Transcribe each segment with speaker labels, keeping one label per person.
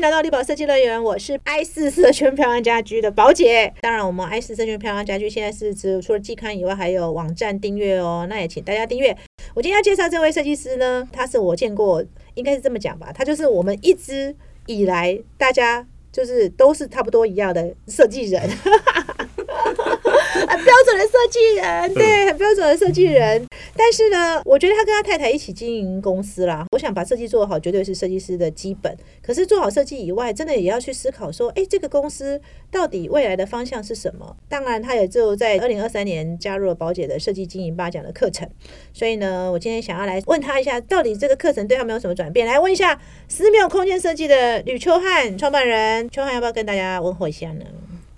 Speaker 1: 来到丽宝设计乐园，我是 i 四色圈漂亮家居的宝姐。当然，我们 i 四色圈漂亮家居现在是只有除了季刊以外，还有网站订阅哦。那也请大家订阅。我今天要介绍这位设计师呢，他是我见过，应该是这么讲吧，他就是我们一直以来大家就是都是差不多一样的设计人。很标准的设计人，对，很标准的设计人。但是呢，我觉得他跟他太太一起经营公司啦。我想把设计做好，绝对是设计师的基本。可是做好设计以外，真的也要去思考说，哎，这个公司到底未来的方向是什么？当然，他也就在二零二三年加入了宝姐的设计经营八讲的课程。所以呢，我今天想要来问他一下，到底这个课程对他们有什么转变？来问一下十秒空间设计的吕秋汉创办人，秋汉要不要跟大家问候一下呢？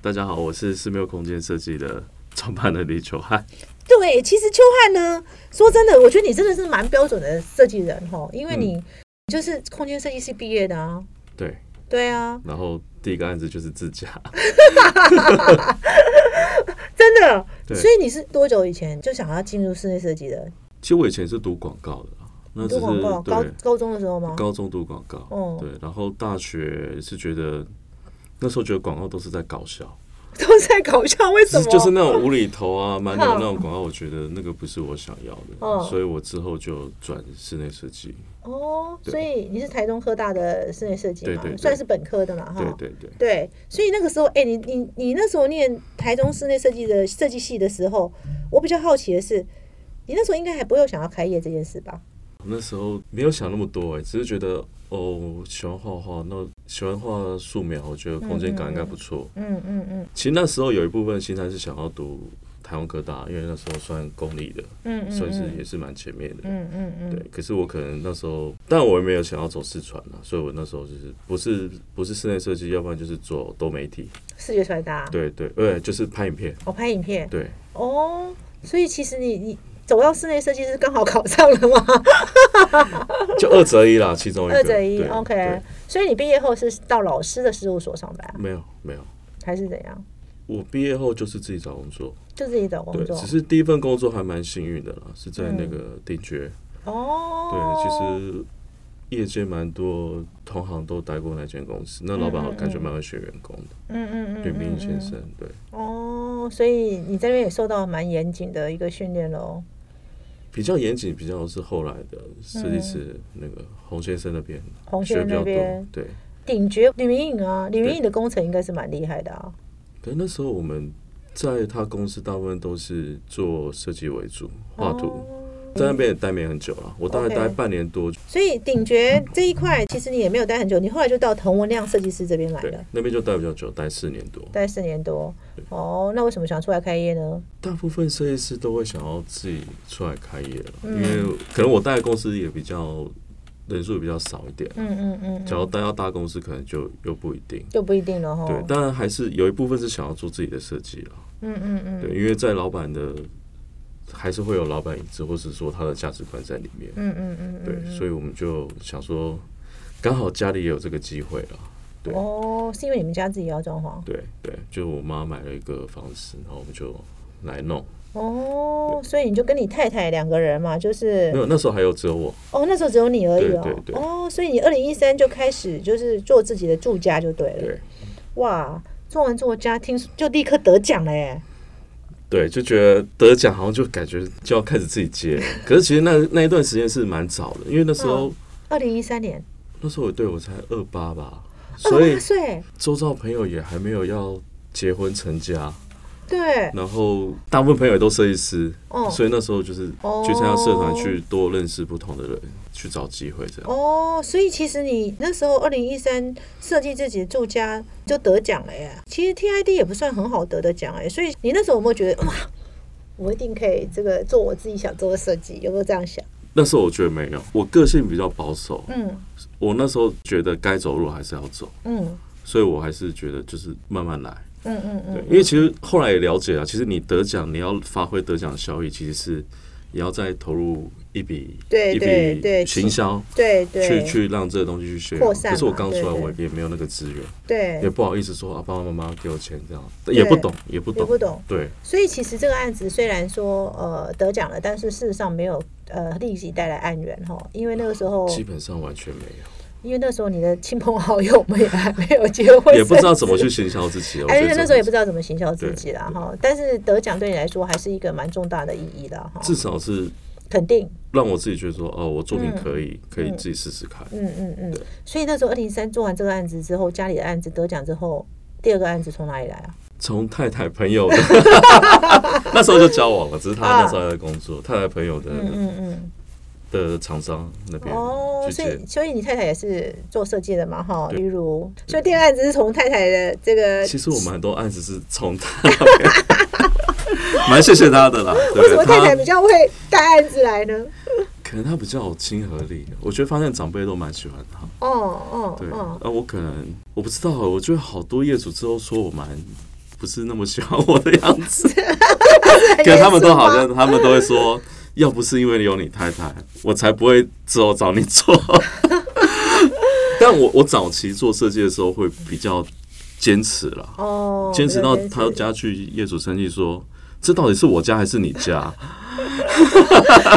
Speaker 2: 大家好，我是四缪空间设计的创办人李秋汉。
Speaker 1: 对，其实秋汉呢，说真的，我觉得你真的是蛮标准的设计人哦，因
Speaker 2: 嗯
Speaker 1: 为你就是空间设计系毕业的啊。
Speaker 2: 对，
Speaker 1: 对啊，
Speaker 2: 然后第一个案子就是自家，
Speaker 1: 真的。
Speaker 2: 对
Speaker 1: 所以你是多久以前就想要进入室内设计的？
Speaker 2: 其实我以前是读广告的啦，那
Speaker 1: 你
Speaker 2: 只
Speaker 1: 读
Speaker 2: 是
Speaker 1: 广告，高
Speaker 2: 对
Speaker 1: 高中的时候吗？
Speaker 2: 高中读广告，
Speaker 1: 哦
Speaker 2: 对，然后大学是觉得那时候觉得广告都是在搞笑，
Speaker 1: 都在搞笑，为什
Speaker 2: 就
Speaker 1: 么？
Speaker 2: 是就是那种无厘头啊、蛮牛那种广告，我觉得那个不是我想要
Speaker 1: 哦
Speaker 2: 的，所以我之后就转室内设计。
Speaker 1: 哦，
Speaker 2: 对
Speaker 1: 所以你是台中科大的室内设计嘛
Speaker 2: 对对，对
Speaker 1: 算是本科的嘛，哈。
Speaker 2: 对对对，
Speaker 1: 对，所以那个时候，哎、你你你那时候念台中室内设计的设计系的时候，我比较好奇的是，你那时候应该还不会有想要开业这件事吧？
Speaker 2: 那时候没有想那么多哎、只是觉得哦，喜欢画画，那喜欢画素描，我觉得空间感应该不错。
Speaker 1: 嗯嗯嗯
Speaker 2: 其实那时候有一部分心态是想要读台湾科大，因为那时候算公立的，
Speaker 1: 嗯嗯，
Speaker 2: 所以是也
Speaker 1: 嗯
Speaker 2: 是蛮前面的。
Speaker 1: 嗯嗯嗯，
Speaker 2: 对，可是我可能那时候，但我也没有想要走四川啊，所以我那时候就是不是不是室内设计，要不然就是做多媒体，
Speaker 1: 视觉传达，，
Speaker 2: 对对，呃，就是拍影片，
Speaker 1: 我、拍影片，
Speaker 2: 对，
Speaker 1: 哦，所以其实你你走到室内设计是刚好考上了吗？
Speaker 2: 就二择一啦，其中一个
Speaker 1: 二择一
Speaker 2: 对
Speaker 1: ，OK
Speaker 2: 对。
Speaker 1: 所以你毕业后是到老师的事务所上班，
Speaker 2: 没有没有，
Speaker 1: 还是怎样？
Speaker 2: 我毕业后就是自己找工作，
Speaker 1: 就自己找工
Speaker 2: 对，
Speaker 1: 作嗯
Speaker 2: 只？是第一份工作还蛮幸运的啦，是在那个定觉，
Speaker 1: 哦，
Speaker 2: 对，其实业界蛮多同行都待过那间公司，那老板好感觉蛮会选员工的，
Speaker 1: 嗯嗯嗯，
Speaker 2: 吕
Speaker 1: 嗯
Speaker 2: 明
Speaker 1: 嗯
Speaker 2: 先生，对，
Speaker 1: 哦，所以你这边也受到蛮严谨的一个训练喽。
Speaker 2: 比较严谨，比较是后来的设计师那个洪先生那边，
Speaker 1: 洪
Speaker 2: 学
Speaker 1: 先
Speaker 2: 比
Speaker 1: 生那
Speaker 2: 较
Speaker 1: 边
Speaker 2: 多，对。
Speaker 1: 顶绝李明颖啊，李明颖的工程应该是蛮厉害的啊。
Speaker 2: 可是那时候我们在他公司大部分都是做设计为主，画图，在那边也待没很久了，我大概
Speaker 1: 哦 OK
Speaker 2: 待半年多，
Speaker 1: 所以顶觉这一块，其实你也没有待很久，你后来就到滕文亮设计师这边来
Speaker 2: 对
Speaker 1: 了，，
Speaker 2: 那边就待比较久，待四年多。
Speaker 1: 待四年多。哦，那为什么想出来开业呢？
Speaker 2: 大部分设计师都会想要自己出来开业了，
Speaker 1: 嗯
Speaker 2: 因为可能我待的公司也比较人数也比较少一点，
Speaker 1: 嗯嗯嗯嗯，
Speaker 2: 只要待到大公司可能就又不一定。
Speaker 1: 就不一定了哈。
Speaker 2: 对，当然还是有一部分是想要做自己的设计了，
Speaker 1: 嗯嗯嗯，
Speaker 2: 对，因为在老板的还是会有老板影子，或是说他的价值观在里面，
Speaker 1: 嗯嗯嗯嗯，
Speaker 2: 对，所以我们就想说，刚好家里也有这个机会了，对
Speaker 1: 哦，是因为你们家自己要装潢
Speaker 2: 对对，就我妈买了一个房子，然后我们就来弄，
Speaker 1: 哦，所以你就跟你太太两个人嘛，就是
Speaker 2: 没有那时候还有只有我，
Speaker 1: 哦，那时候只有你而已哦。
Speaker 2: 对对对
Speaker 1: 哦，所以你二零一三就开始就是做自己的住家就对了。
Speaker 2: 对。
Speaker 1: 哇，做完住家，听说就立刻得奖了耶！
Speaker 2: 对，就觉得得奖好像就感觉就要开始自己接了，可是其实那那一段时间是蛮早的，因为那时候、
Speaker 1: 二零一三年，
Speaker 2: 那时候我对我才二八吧，
Speaker 1: 二
Speaker 2: 所
Speaker 1: 十
Speaker 2: 以
Speaker 1: 八岁，
Speaker 2: 周遭朋友也还没有要结婚成家，
Speaker 1: 对，
Speaker 2: 然后大部分朋友也都设计师，
Speaker 1: 哦
Speaker 2: 所以那时候就是去参加社团去多认识不同的人，去找机会这样。
Speaker 1: 哦，所以其实你那时候二零一三设计自己的住家就得奖了耶。其实 TID 也不算很好得的奖哎，所以你那时候有没有觉得哇，我一定可以这个做我自己想做的设计？有没有这样想？
Speaker 2: 那时候我觉得没有，我个性比较保守，
Speaker 1: 嗯
Speaker 2: 我那时候觉得该走路还是要走，
Speaker 1: 嗯
Speaker 2: 所以我还是觉得就是慢慢来。
Speaker 1: 嗯嗯嗯，
Speaker 2: 对，因为其实后来也了解啊，其实你得奖，你要发挥得奖的效益，其实是也要再投入一笔
Speaker 1: 对
Speaker 2: 一
Speaker 1: 对对
Speaker 2: 笔行销，
Speaker 1: 对对
Speaker 2: 去去让这个东西去宣
Speaker 1: 扩
Speaker 2: 扬。
Speaker 1: 散
Speaker 2: 可是我
Speaker 1: 嘛
Speaker 2: 刚
Speaker 1: 对
Speaker 2: 出来，
Speaker 1: 对
Speaker 2: 我也没有那个资源，
Speaker 1: 对
Speaker 2: 也不好意思说啊，爸爸妈妈给我钱这样，也不懂，也不
Speaker 1: 也不
Speaker 2: 懂，
Speaker 1: 懂。
Speaker 2: 对
Speaker 1: 所以其实这个案子虽然说呃得奖了，但是事实上没有呃立即带来案源哈，因为那个时候
Speaker 2: 基本上完全没有。
Speaker 1: 因为那时候你的亲朋好友们也还没有结婚，
Speaker 2: 也不知道怎么去行销自己。
Speaker 1: 而且哎那时候也不知
Speaker 2: 道，
Speaker 1: 道怎么行销自己啦哈。但是得奖对你来说还是一个蛮重大的意义的哈，
Speaker 2: 至少是
Speaker 1: 肯定，
Speaker 2: 让我自己觉得说，哦，我作品可以，可以自己试试看。
Speaker 1: 嗯嗯嗯
Speaker 2: 对。
Speaker 1: 所以那时候二零三做完这个案子之后，家里的案子得奖之后，第二个案子从哪里来啊？
Speaker 2: 从太太朋友的， 那时候就交往了，只是他那时候还在工作，太太朋友的
Speaker 1: 嗯嗯嗯。
Speaker 2: 的厂商那边
Speaker 1: 哦，
Speaker 2: 去
Speaker 1: 所
Speaker 2: 接
Speaker 1: 以。所以你太太也是做设计的嘛哈，
Speaker 2: 对
Speaker 1: 例如，所以第二个案子是从太太的这个。
Speaker 2: 其实我们很多案子是从他那边， 蛮谢谢他的啦。对
Speaker 1: 为什么太太
Speaker 2: 他
Speaker 1: 比较会带案子来呢？
Speaker 2: 可能他比较有亲和力，我觉得发现长辈都蛮喜欢他。
Speaker 1: 哦哦
Speaker 2: 对，啊
Speaker 1: 哦，
Speaker 2: 那我可能我不知道，我觉得好多业主之后说我蛮不是那么喜欢我的样 子，可能他们都好像他们都会说，要不是因为有你太太，我才不会之后找 你做。但我我早期做设计的时候会比较坚持啦，
Speaker 1: 哦，
Speaker 2: 坚持到他
Speaker 1: 讲，
Speaker 2: 家去业主生气说。这到底是我家还是你 家？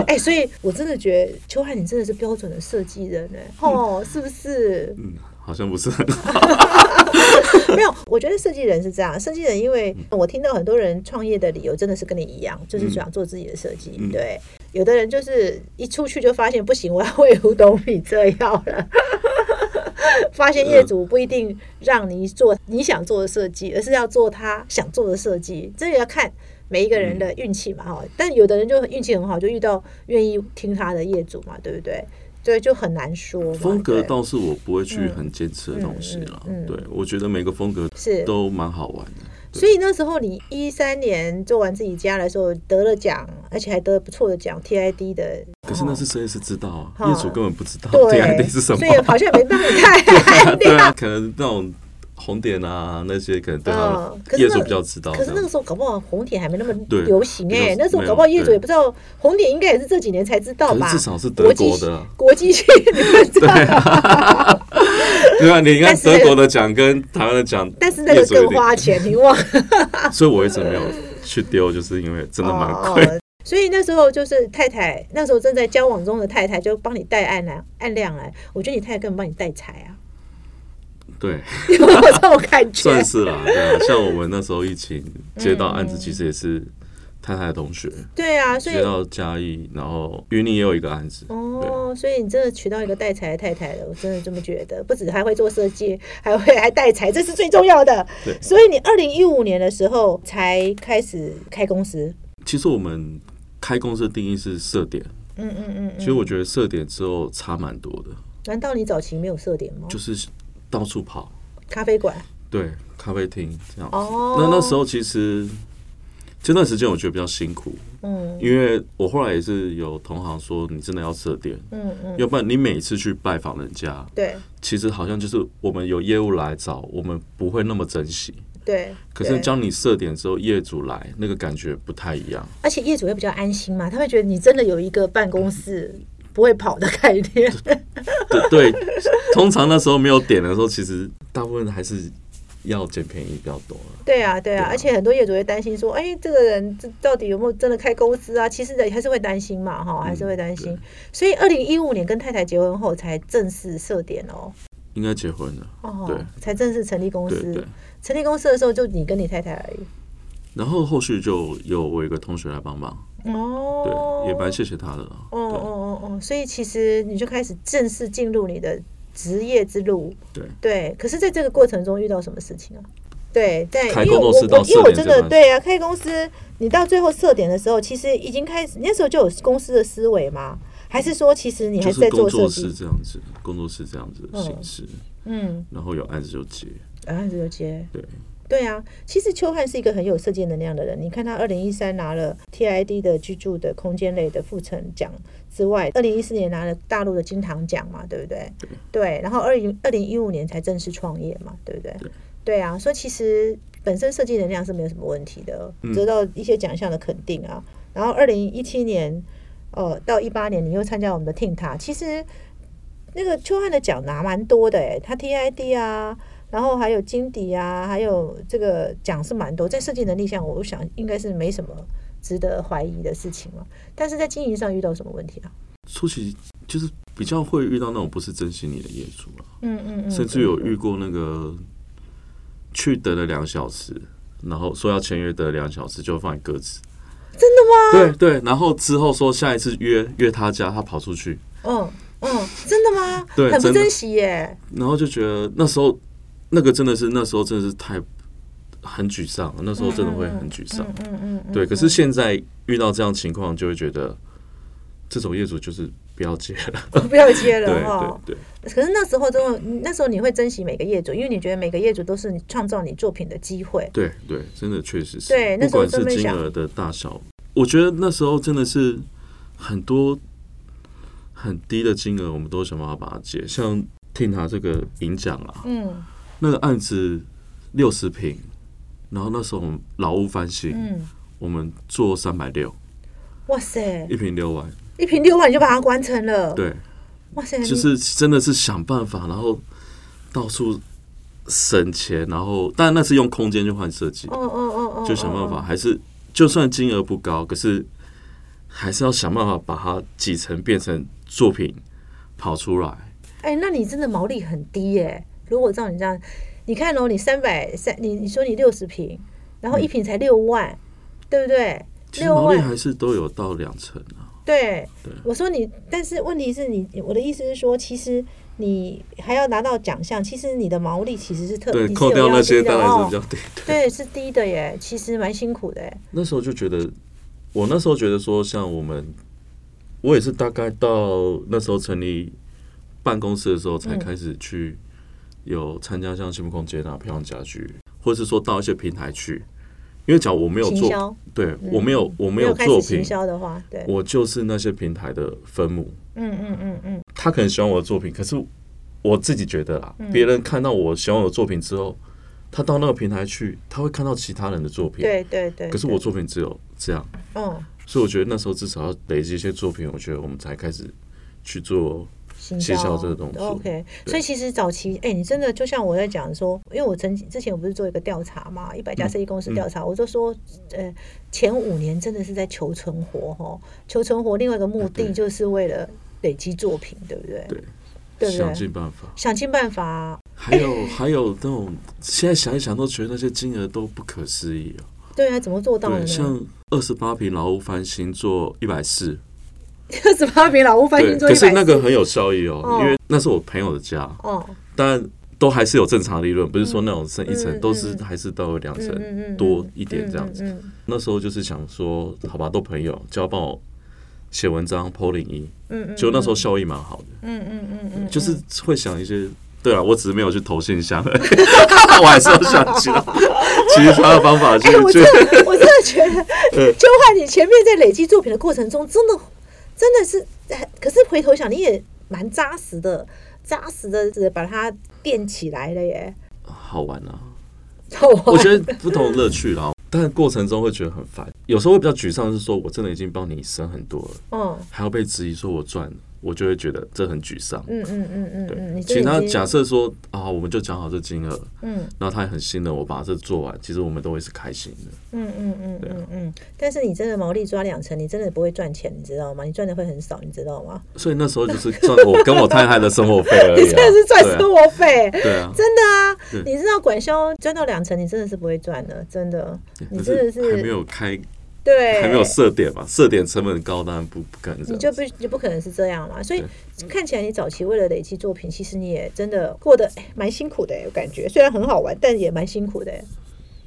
Speaker 1: 哎，所以我真的觉得邱汉你真的是标准的设计人哎，哦，是不是？
Speaker 2: 嗯，好像不是很好。
Speaker 1: 没有，我觉得设计人是这样，设计人因为我听到很多人创业的理由真的是跟你一样，就是想做自己的设计。
Speaker 2: 嗯
Speaker 1: 对，有的人就是一出去就发现不行，我要为五斗米折腰了。 发现
Speaker 2: 嗯
Speaker 1: 业主不一定让你做你想做的设计，而是要做他想做的设计，这个要看每一个
Speaker 2: 嗯
Speaker 1: 人的运气嘛哈。但有的人就运气很好，就遇到愿意听他的业主嘛，对不对？对，就很难说嘛。
Speaker 2: 风
Speaker 1: 对
Speaker 2: 格
Speaker 1: 嗯
Speaker 2: 倒是我不会去很坚持的东西了。
Speaker 1: 嗯嗯嗯嗯
Speaker 2: 对，我觉得每个风格
Speaker 1: 是
Speaker 2: 都蛮好玩的。
Speaker 1: 所以那时候你一三年做完自己家的时候得了奖，而且还得了不错的奖，TID 的。
Speaker 2: 可是那是设计师知道啊，
Speaker 1: 哦
Speaker 2: 业主根本不知道
Speaker 1: 哦
Speaker 2: TID
Speaker 1: 对，
Speaker 2: 是什么啊
Speaker 1: 所。 以好像也没办法
Speaker 2: 对啊，可能那种红点啊那些，可能 对他
Speaker 1: 嗯可
Speaker 2: 们
Speaker 1: 是那
Speaker 2: 业主比较知道。
Speaker 1: 可是那
Speaker 2: 这
Speaker 1: 个
Speaker 2: 样
Speaker 1: 时候搞不好红点还没那么
Speaker 2: 对
Speaker 1: 流行哎、
Speaker 2: 比较
Speaker 1: 那时候
Speaker 2: 没有
Speaker 1: 搞不好业主
Speaker 2: 对
Speaker 1: 也不知道红点，应该也是这几年才知道吧？
Speaker 2: 可是至少是德国的啊
Speaker 1: 国际 性，国际性你们知道。
Speaker 2: 对啊，你看
Speaker 1: 但是那
Speaker 2: 德
Speaker 1: 个
Speaker 2: 国的奖跟台湾的奖，
Speaker 1: 但是那个
Speaker 2: 业主有
Speaker 1: 更
Speaker 2: 点
Speaker 1: 花钱，你忘了？
Speaker 2: 所以我一直没有去丢，就是因为真的蛮
Speaker 1: 哦
Speaker 2: 贵。
Speaker 1: 哦所以那时候就是太太，那时候正在交往中的太太就帮你带案来案量来，我觉得你太太根本帮你带财啊，
Speaker 2: 对，
Speaker 1: 有 没有这种感觉？
Speaker 2: 算是啦。对啊，像我们那时候疫情接到案子，其实也是太太的同学
Speaker 1: 嗯对啊，所以
Speaker 2: 接到嘉义，然后云林也有一个案子。
Speaker 1: 哦，所以你真的娶到一个带财的太太了，我真的这么觉得。不止还会做设计，还会还带财，这是最重要的
Speaker 2: 对。
Speaker 1: 所以你二零一五年的时候才开始开公司，
Speaker 2: 其实我们开公司的定义是设点，
Speaker 1: 嗯嗯嗯
Speaker 2: 其实我觉得设点之后差蛮多的，
Speaker 1: 难道你早期没有设点吗？
Speaker 2: 就是到处跑，
Speaker 1: 咖啡馆
Speaker 2: 对，咖啡厅这样子。
Speaker 1: 哦
Speaker 2: 那那时候其实这段时间我觉得比较辛苦，
Speaker 1: 嗯
Speaker 2: 因为我后来也是有同行说，你真的要设点，
Speaker 1: 嗯嗯，
Speaker 2: 要不然你每次去拜访人家，
Speaker 1: 对
Speaker 2: 其实好像就是我们有业务来找，我们不会那么珍惜。
Speaker 1: 对。
Speaker 2: 可是
Speaker 1: 对
Speaker 2: 将你设点之后，业主来，那个感觉不太一样。
Speaker 1: 而且业主会比较安心嘛，他会觉得你真的有一个办公室不会跑的概念。
Speaker 2: 对对，通常那时候没有点的时候，其实大部分还是要捡便宜比较多啦
Speaker 1: 对啊，对啊，
Speaker 2: 对啊
Speaker 1: 而且很多业主会担心说，哎，这个人这到底有没有真的开公司啊？其实人还是会担心嘛，
Speaker 2: 嗯
Speaker 1: 哈，还是会担心。所以，二零一五年跟太太结婚后，才正式设点哦，
Speaker 2: 应该结婚了，
Speaker 1: 哦
Speaker 2: 对，
Speaker 1: 才正式成立公
Speaker 2: 对
Speaker 1: 司
Speaker 2: 对。。
Speaker 1: 成立公司的时候，就你跟你太太而已。
Speaker 2: 然后后续就有我一个同学来帮忙，对，
Speaker 1: 哦，
Speaker 2: 也蛮谢谢他的啦。
Speaker 1: 哦哦哦哦，所以其实你就开始正式进入你的职业之路。
Speaker 2: 对
Speaker 1: 对，可是在这个过程中遇到什么事情啊？对，在
Speaker 2: 开
Speaker 1: 因为
Speaker 2: 工
Speaker 1: 我
Speaker 2: 公司到
Speaker 1: 我因为我
Speaker 2: 设点
Speaker 1: 真
Speaker 2: 这
Speaker 1: 的
Speaker 2: 段
Speaker 1: 对啊，开公司你到最后设点的时候，其实已经开始，你那时候就有公司的思维吗？还是说其实你还
Speaker 2: 嗯就是是
Speaker 1: 在
Speaker 2: 工
Speaker 1: 做设
Speaker 2: 作室
Speaker 1: 计？
Speaker 2: 这样子，工作室这样子的形式，
Speaker 1: 嗯，
Speaker 2: 然后有案子就接，
Speaker 1: 然后就接。
Speaker 2: 对，
Speaker 1: 对啊，其实邱汉是一个很有设计能量的人。你看他二零一三拿了 TID 的居住的空间类的副城奖之外，二零一四年拿了大陆的金堂奖嘛，对不对？
Speaker 2: 对
Speaker 1: 然后二零二零一五年才正式创业嘛，对不对？
Speaker 2: 对
Speaker 1: 对啊，所以其实本身设计能量是没有什么问题的，得到一些奖项的肯定啊。然后二零一七年，呃，到一八年你又参加我们的 Think 塔，其实那个邱汉的奖拿蛮多的诶、他 TID 啊，然后还有金底啊，还有这个奖是蛮多，在设计能力上，我想应该是没什么值得怀疑的事情了。但是在经营上遇到什么问题啊？
Speaker 2: 初期就是比较会遇到那种不是珍惜你的业主啊，
Speaker 1: 嗯嗯嗯，
Speaker 2: 甚至有遇过那个去等了两小时，然后说要签约等了两小时就放你鸽子，
Speaker 1: 真的吗？
Speaker 2: 对对，然后之后说下一次约约他家，他跑出去，
Speaker 1: 嗯嗯，真的吗？
Speaker 2: 对
Speaker 1: 很不
Speaker 2: 真的
Speaker 1: 珍惜耶。
Speaker 2: 然后就觉得那时候那个真的是那时候真的是太很沮丧，那时候真的会很沮丧，
Speaker 1: 嗯嗯嗯，
Speaker 2: 对。可是现在遇到这样情况，就会觉得这种业主就是不要接了，
Speaker 1: 不要接了
Speaker 2: 对
Speaker 1: 哈。
Speaker 2: 对对，
Speaker 1: 可是那时候真的，那时候你会珍惜每个业主，因为你觉得每个业主都是你创造你作品的机会。
Speaker 2: 对对，真的确实是。
Speaker 1: 对那
Speaker 2: 不
Speaker 1: 时候
Speaker 2: 管是
Speaker 1: 真的
Speaker 2: 金
Speaker 1: 想
Speaker 2: 额的大小，我觉得那时候真的是很多很低的金额，我们都想办法把它解。像听他这个银奖啊，
Speaker 1: 嗯
Speaker 2: 那个案子六十平，然后那时候我们老屋翻新，
Speaker 1: 嗯，
Speaker 2: 我们做三百六，
Speaker 1: 哇塞，
Speaker 2: 一平六万，
Speaker 1: 一瓶六万你就把它完成了。，
Speaker 2: 对，
Speaker 1: 哇塞，
Speaker 2: 就是真的是想办法，然后到处。省钱，然后但那是用空间去换设计，
Speaker 1: 你，哦哦哦哦，
Speaker 2: 就想办
Speaker 1: 哦
Speaker 2: 法，。还是就算金额不高，可是还是要想办法把它挤成变成作品跑出来。
Speaker 1: 哎、那你真的毛利很低耶、如果照你这样，你看哦，你三百三，你你说你六十平，然后一平才六万，对不对？
Speaker 2: 其实
Speaker 1: 六
Speaker 2: 毛利
Speaker 1: 万，
Speaker 2: 还是都有到两成
Speaker 1: 哦
Speaker 2: 啊。
Speaker 1: 对
Speaker 2: 对。
Speaker 1: 我说你，但是问题是你，我的意思是说，其实你还要拿到奖项，其实你的毛利其实是特，
Speaker 2: 对，
Speaker 1: 你是
Speaker 2: 扣
Speaker 1: 有
Speaker 2: 掉
Speaker 1: 要
Speaker 2: 那些
Speaker 1: 低的
Speaker 2: 当然是比
Speaker 1: 哦
Speaker 2: 较低。对，
Speaker 1: 对，是低的耶，其实蛮辛苦的耶。
Speaker 2: 那时候就觉得，我那时候觉得说，像我们，我也是大概到那时候成立办公室的时候，才开始去有参加像新木空间啊、漂亮家居，或是说到一些平台去。因为讲我没有
Speaker 1: 行销嗯
Speaker 2: 做，对我没有，我没有
Speaker 1: 开始
Speaker 2: 作
Speaker 1: 行
Speaker 2: 品，
Speaker 1: 销的话，对，
Speaker 2: 我就是那些平台的分母。
Speaker 1: 嗯嗯嗯嗯，
Speaker 2: 他可能喜欢我的作品，可是我自己觉得啦，
Speaker 1: 嗯
Speaker 2: 别、人看到我喜欢我的作品之后，他到那个平台去，他会看到其他人的作品。
Speaker 1: 对对对。
Speaker 2: 可是我，作品只有这样，
Speaker 1: 嗯，
Speaker 2: 所以我觉得那时候至少要累积一些作品，我觉得我们才开始去做。
Speaker 1: 行
Speaker 2: 行销
Speaker 1: 销
Speaker 2: 这个动作
Speaker 1: OK，
Speaker 2: 对
Speaker 1: 所以其实早期，哎、你真的就像我在讲说，因为我曾经之前我不是做一个调查嘛，一百
Speaker 2: 嗯
Speaker 1: 家设计公司调查，我就说，呃，前五年真的是在求存活哦，求存活另外一个目的
Speaker 2: 啊对
Speaker 1: 就是为了累积作品，对不对？
Speaker 2: 对
Speaker 1: 对
Speaker 2: 想
Speaker 1: 不对？
Speaker 2: 尽办法，
Speaker 1: 想尽办法啊，
Speaker 2: 还有还有那种，现在想一想都觉得那些金额都不可思议哦、
Speaker 1: 对啊，怎么做到的
Speaker 2: 对，
Speaker 1: 呢？
Speaker 2: 像二十八平老屋翻新做一百四，
Speaker 1: 二 十八平老屋翻
Speaker 2: 对，
Speaker 1: 新做
Speaker 2: 可
Speaker 1: 一
Speaker 2: 是
Speaker 1: 百
Speaker 2: 那个很有效益哦、
Speaker 1: 哦
Speaker 2: 因为那是我朋友的家，
Speaker 1: 哦，
Speaker 2: 但都还是有正常利润，不是说那种剩一层，
Speaker 1: 嗯
Speaker 2: 都是还是到两
Speaker 1: 嗯嗯嗯
Speaker 2: 层
Speaker 1: 嗯
Speaker 2: 多一点这样子。
Speaker 1: 嗯嗯
Speaker 2: 那时候就是想说，好吧，都朋友，就要帮我写文章 p 领一，
Speaker 1: 嗯嗯，
Speaker 2: 就那时候效益蛮好的，
Speaker 1: 嗯嗯嗯嗯，
Speaker 2: 就是会想一些。对啊，我只是没有去投 信箱而 已，我还是要想其他其他的方法去
Speaker 1: 哎、 我
Speaker 2: 去
Speaker 1: 真。的我真的觉 得，
Speaker 2: 呃
Speaker 1: 就怕你前面在累积作品的过程中，真的真的是， 哎可是回头想，你也蛮扎实的，扎实的把它垫起来了耶。
Speaker 2: 好玩啊，我
Speaker 1: 我
Speaker 2: 觉得不同的乐趣啦，但过程中会觉得很烦，有时候会比较沮丧，是说我真的已经帮你省很多了，
Speaker 1: 嗯
Speaker 2: 还要被质疑说我赚了，我就会觉得这很沮丧。
Speaker 1: 嗯嗯嗯嗯嗯，你
Speaker 2: 其
Speaker 1: 真
Speaker 2: 他
Speaker 1: 的已经
Speaker 2: 假设说啊，我们就讲好这金额，
Speaker 1: 嗯
Speaker 2: 然后他也很信任我把这做完，其实我们都会是开心的。
Speaker 1: 嗯嗯嗯嗯嗯，
Speaker 2: 啊
Speaker 1: 但是你真的毛利抓两成，你真的不会赚钱，你知道吗？你
Speaker 2: 啊
Speaker 1: 赚的会很少，你知道吗？
Speaker 2: 所以那时候就是赚我跟我太太的生活费而已、啊。
Speaker 1: 你真的是赚
Speaker 2: 对啊
Speaker 1: 生活费。
Speaker 2: 对啊，
Speaker 1: 真的啊
Speaker 2: 对，
Speaker 1: 你知道管销赚到两成，你真的是不会赚的，真的，你
Speaker 2: 可
Speaker 1: 真的
Speaker 2: 还没
Speaker 1: 是
Speaker 2: 有开，
Speaker 1: 对，
Speaker 2: 还没有设点嘛，设点成本高，当然不不可能这
Speaker 1: 你
Speaker 2: 样
Speaker 1: 就
Speaker 2: 子。
Speaker 1: 不就不可能是这样嘛。所以看起来你早期为了累积作品，其实你也真的过得哎蛮辛苦的、我感觉虽然很好玩，但也蛮辛苦的、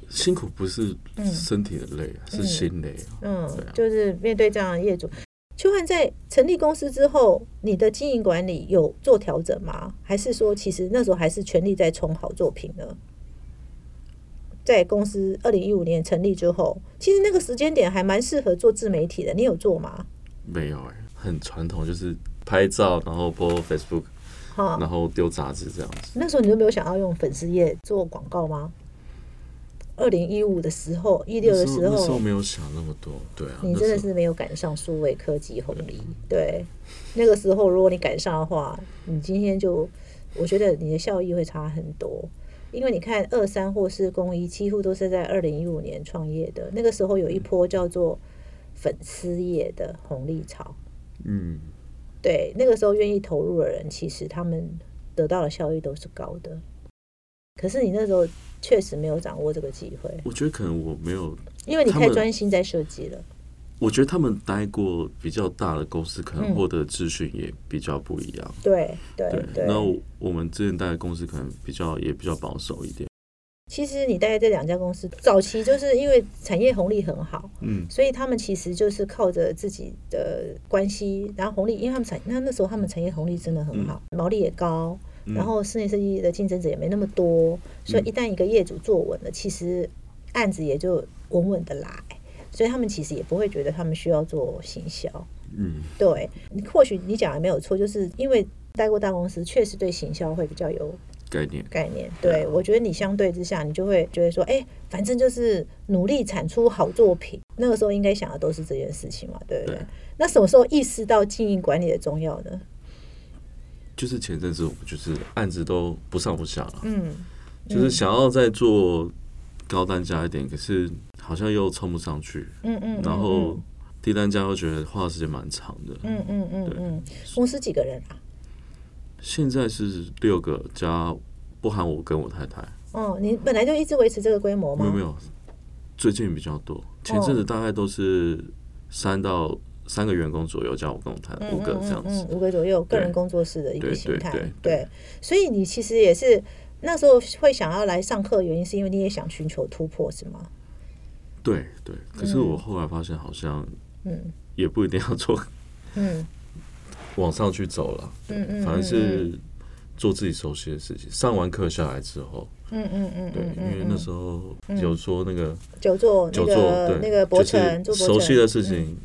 Speaker 2: 辛苦不是身体的累啊，是心累啊。
Speaker 1: 嗯，
Speaker 2: 对啊
Speaker 1: 就是面对这样的业主。邱汉在成立公司之后，你的经营管理有做调整吗？还是说，其实那时候还是全力在冲好作品呢？在公司二零一五年成立之后，其实那个时间点还蛮适合做自媒体的，你有做吗？
Speaker 2: 没有哎、很传统，就是拍照，然后播 Facebook，
Speaker 1: 哈，
Speaker 2: 然后丢杂志这样子。
Speaker 1: 那时候你就没有想要用粉丝页做广告吗？二零一五的时候，一六的时
Speaker 2: 那时候
Speaker 1: 候，
Speaker 2: 没有想那么多，对啊，
Speaker 1: 你
Speaker 2: 那
Speaker 1: 真的
Speaker 2: 时候
Speaker 1: 是没有赶上数位科技红利。对，那个时候如果你赶上的话，你今天就，我觉得你的效益会差很多。因为你看二三或是公益，几乎都是在二零一五年创业的。那个时候有一波叫做粉丝业的红利潮，
Speaker 2: 嗯，
Speaker 1: 对，那个时候愿意投入的人，其实他们得到的效益都是高的。可是你那时候确实没有掌握这个机会，
Speaker 2: 我觉得可能我没有，
Speaker 1: 因为你
Speaker 2: 他
Speaker 1: 太
Speaker 2: 们
Speaker 1: 专心在设计了。
Speaker 2: 我觉得他们待过比较大的公司，可
Speaker 1: 嗯
Speaker 2: 能获得资讯也比较不一样。
Speaker 1: 对对
Speaker 2: 对，那我我们之前待的公司可能比较也比较保守一点。
Speaker 1: 其实你待这两家公司，早期就是因为产业红利很好，
Speaker 2: 嗯，
Speaker 1: 所以他们其实就是靠着自己的关系，然后红利，因为他们产那那时候他们产业红利真的很好，毛利也高，
Speaker 2: 嗯
Speaker 1: 然后室内设计的竞争者也没那么多，所以一旦一个业主坐稳了，其实案子也就稳稳的来，所以他们其实也不会觉得他们需要做行销。
Speaker 2: 嗯，
Speaker 1: 对，你或许你讲的没有错，就是因为待过大公司，确实对行销会比较有
Speaker 2: 概念。
Speaker 1: 概念。
Speaker 2: 对啊
Speaker 1: 对，我觉得你相对之下，你就会觉得说，哎、反正就是努力产出好作品。那个时候应该想的都是这件事情嘛，对不对？
Speaker 2: 对
Speaker 1: 那什么时候意识到经营管理的重要呢？
Speaker 2: 就是前阵子我们就是案子都不上不下了，
Speaker 1: 嗯，
Speaker 2: 就是想要再做高单价一点，可是好像又冲不上去，
Speaker 1: 嗯嗯，
Speaker 2: 然后低单价又觉得花的时间蛮长的。
Speaker 1: 嗯嗯嗯
Speaker 2: 对
Speaker 1: 嗯，公司几个人啊？
Speaker 2: 现在是六个加不含我跟我太太，
Speaker 1: 哦，你本来就一直维持这个规模
Speaker 2: 没
Speaker 1: 吗？
Speaker 2: 有没有，最近比较多，前阵子大概都是三到三个员工左右加我跟我太太
Speaker 1: 嗯，
Speaker 2: 五个这样
Speaker 1: 嗯嗯
Speaker 2: 子。
Speaker 1: 嗯，五个左右，个
Speaker 2: 对
Speaker 1: 人工作室的一个
Speaker 2: 对
Speaker 1: 形
Speaker 2: 对
Speaker 1: 态，
Speaker 2: 对
Speaker 1: 对，所以你其实也是那时候会想要来上课，原因是因为你也想寻求突破，是吗？
Speaker 2: 对对，可是我后来发现好像
Speaker 1: 嗯
Speaker 2: 也不一定要做
Speaker 1: 嗯
Speaker 2: 往上去走了，
Speaker 1: 嗯嗯，
Speaker 2: 反正是做自己熟悉的事情。上完课下来之后，
Speaker 1: 嗯嗯嗯
Speaker 2: 对，
Speaker 1: 嗯
Speaker 2: 因为
Speaker 1: 嗯
Speaker 2: 那
Speaker 1: 嗯，
Speaker 2: 时候有说那个
Speaker 1: 久坐那
Speaker 2: 久坐，
Speaker 1: 个那个
Speaker 2: 对，
Speaker 1: 博
Speaker 2: 就
Speaker 1: 成嗯做
Speaker 2: 是熟悉的事情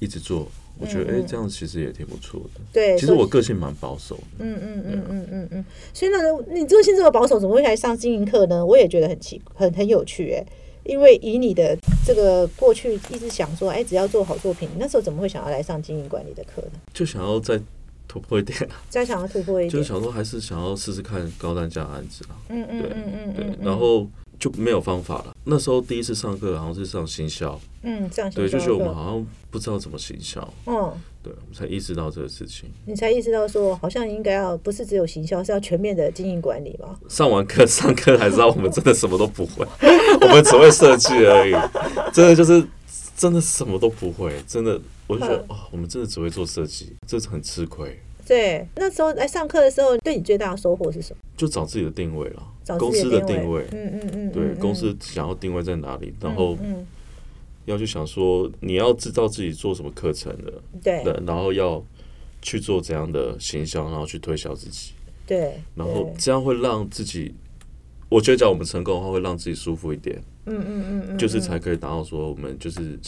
Speaker 2: 一直做，我觉得哎，这样其实也挺不错的。
Speaker 1: 对，
Speaker 2: 其实
Speaker 1: 所以
Speaker 2: 我啊个性蛮保守的，
Speaker 1: 嗯嗯嗯嗯嗯嗯，所以那时候你做现在这么保守，怎么会来上经营课呢？我也觉得很奇很很有趣哎、因为以你的这个过去一直想说，哎，只要做好作品，你那时候怎么会想要来上经营管理的课呢？
Speaker 2: 就想要再突破一点，啊
Speaker 1: 再想要突破一
Speaker 2: 就
Speaker 1: 点
Speaker 2: 是，想说还是想要试试看高单价案子啊。
Speaker 1: 嗯嗯
Speaker 2: 对
Speaker 1: 嗯嗯
Speaker 2: 对
Speaker 1: 嗯，，
Speaker 2: 然后就没有方法了。那时候第一次上课好像是上行销，
Speaker 1: 嗯，这样行
Speaker 2: 对，就
Speaker 1: 销
Speaker 2: 觉得我们
Speaker 1: 课
Speaker 2: 好像不知道怎么行销，
Speaker 1: 嗯，
Speaker 2: 对，我们才意识到这个事情。
Speaker 1: 你才意识到说，好像应该要不是只有行销，是要全面的经营管理嘛。
Speaker 2: 上完课上课才知道我们真的什么都不会， 我们只会设计而已，真的就是真的什么都不会，真的我就觉
Speaker 1: 嗯
Speaker 2: 得哦，我们真的只会做设计，这是很吃亏，
Speaker 1: 对，那时候来上课的时候，对你最大的收获是什么？
Speaker 2: 就找自己的定位了，
Speaker 1: 找
Speaker 2: 公
Speaker 1: 自己
Speaker 2: 司的
Speaker 1: 定
Speaker 2: 定位，
Speaker 1: 嗯嗯嗯，
Speaker 2: 对
Speaker 1: 嗯，
Speaker 2: 公司想要定位在哪里，然后
Speaker 1: 嗯，
Speaker 2: 要去想说你要知道自己做什么课程的，
Speaker 1: 嗯对
Speaker 2: 对，然后要去做怎样的行销，然后去推销自己，
Speaker 1: 对，
Speaker 2: 然后
Speaker 1: 对
Speaker 2: 这样会让自己，我觉得讲我们成功的话，会让自己舒服一点。
Speaker 1: 嗯嗯嗯嗯，
Speaker 2: 就是才可以达到说我们就是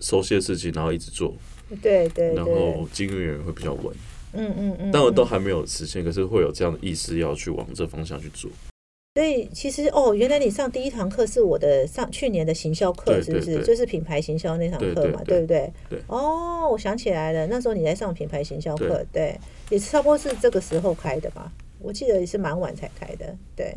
Speaker 2: 熟悉的事情，然后一直做，
Speaker 1: 对对
Speaker 2: 然
Speaker 1: 对，
Speaker 2: 后经营人会比较稳。
Speaker 1: 嗯嗯嗯，
Speaker 2: 但我都
Speaker 1: 嗯
Speaker 2: 还没有实现，可是会有这样的意识要去往这方向去做。
Speaker 1: 所以其实哦，原来你上第一堂课是我的上去年的行销课，
Speaker 2: 对
Speaker 1: 是不
Speaker 2: 对
Speaker 1: 是？
Speaker 2: 对
Speaker 1: 就是品牌行销那堂
Speaker 2: 对
Speaker 1: 课
Speaker 2: 对
Speaker 1: 嘛，
Speaker 2: 对
Speaker 1: 不对？
Speaker 2: 对
Speaker 1: 哦，我想起来了，那时候你在上品牌行销课
Speaker 2: 对，
Speaker 1: 对，也差不多是这个时候开的吧？我记得也是蛮晚才开的，对，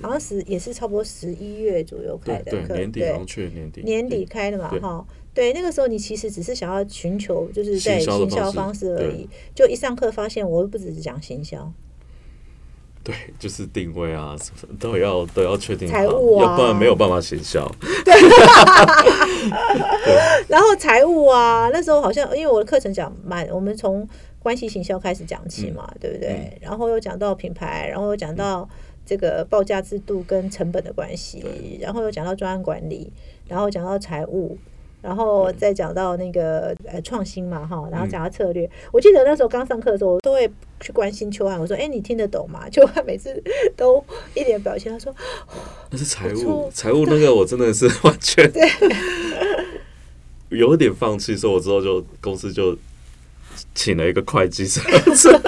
Speaker 1: 好像十也是差不多十一月左右开
Speaker 2: 对
Speaker 1: 的
Speaker 2: 对，
Speaker 1: 课，
Speaker 2: 年底好像去年年底，
Speaker 1: 年底开的嘛，
Speaker 2: 对
Speaker 1: 哈。对，那个时候你其实只是想要寻求就是在
Speaker 2: 行销的
Speaker 1: 行销方
Speaker 2: 方式
Speaker 1: 式而已，就一上课发现我又不只是讲行销，
Speaker 2: 对，就是定位啊什么都要都要确定好，
Speaker 1: 财务啊
Speaker 2: 要不然没有办法行销。
Speaker 1: 然后财务啊，那时候好像因为我的课程讲蛮，我们从关系行销开始讲起嘛，对不对？
Speaker 2: 嗯
Speaker 1: 然后又讲到品牌，然后又讲到这个报价制度跟成本的关系，然后又讲到专案管理，然后讲到财务。然后再讲到那个呃创新嘛哈，
Speaker 2: 嗯
Speaker 1: 然后讲到策略。我记得那时候刚上课的时候，我都会去关心秋汉，我说：“哎，你听得懂吗？”秋汉每次都一脸表情，他说
Speaker 2: 那是财
Speaker 1: 不错
Speaker 2: 务，财务那个我真的是完 全
Speaker 1: 对
Speaker 2: 有点放弃，所以我之后就公司就请了一个会 计师这：“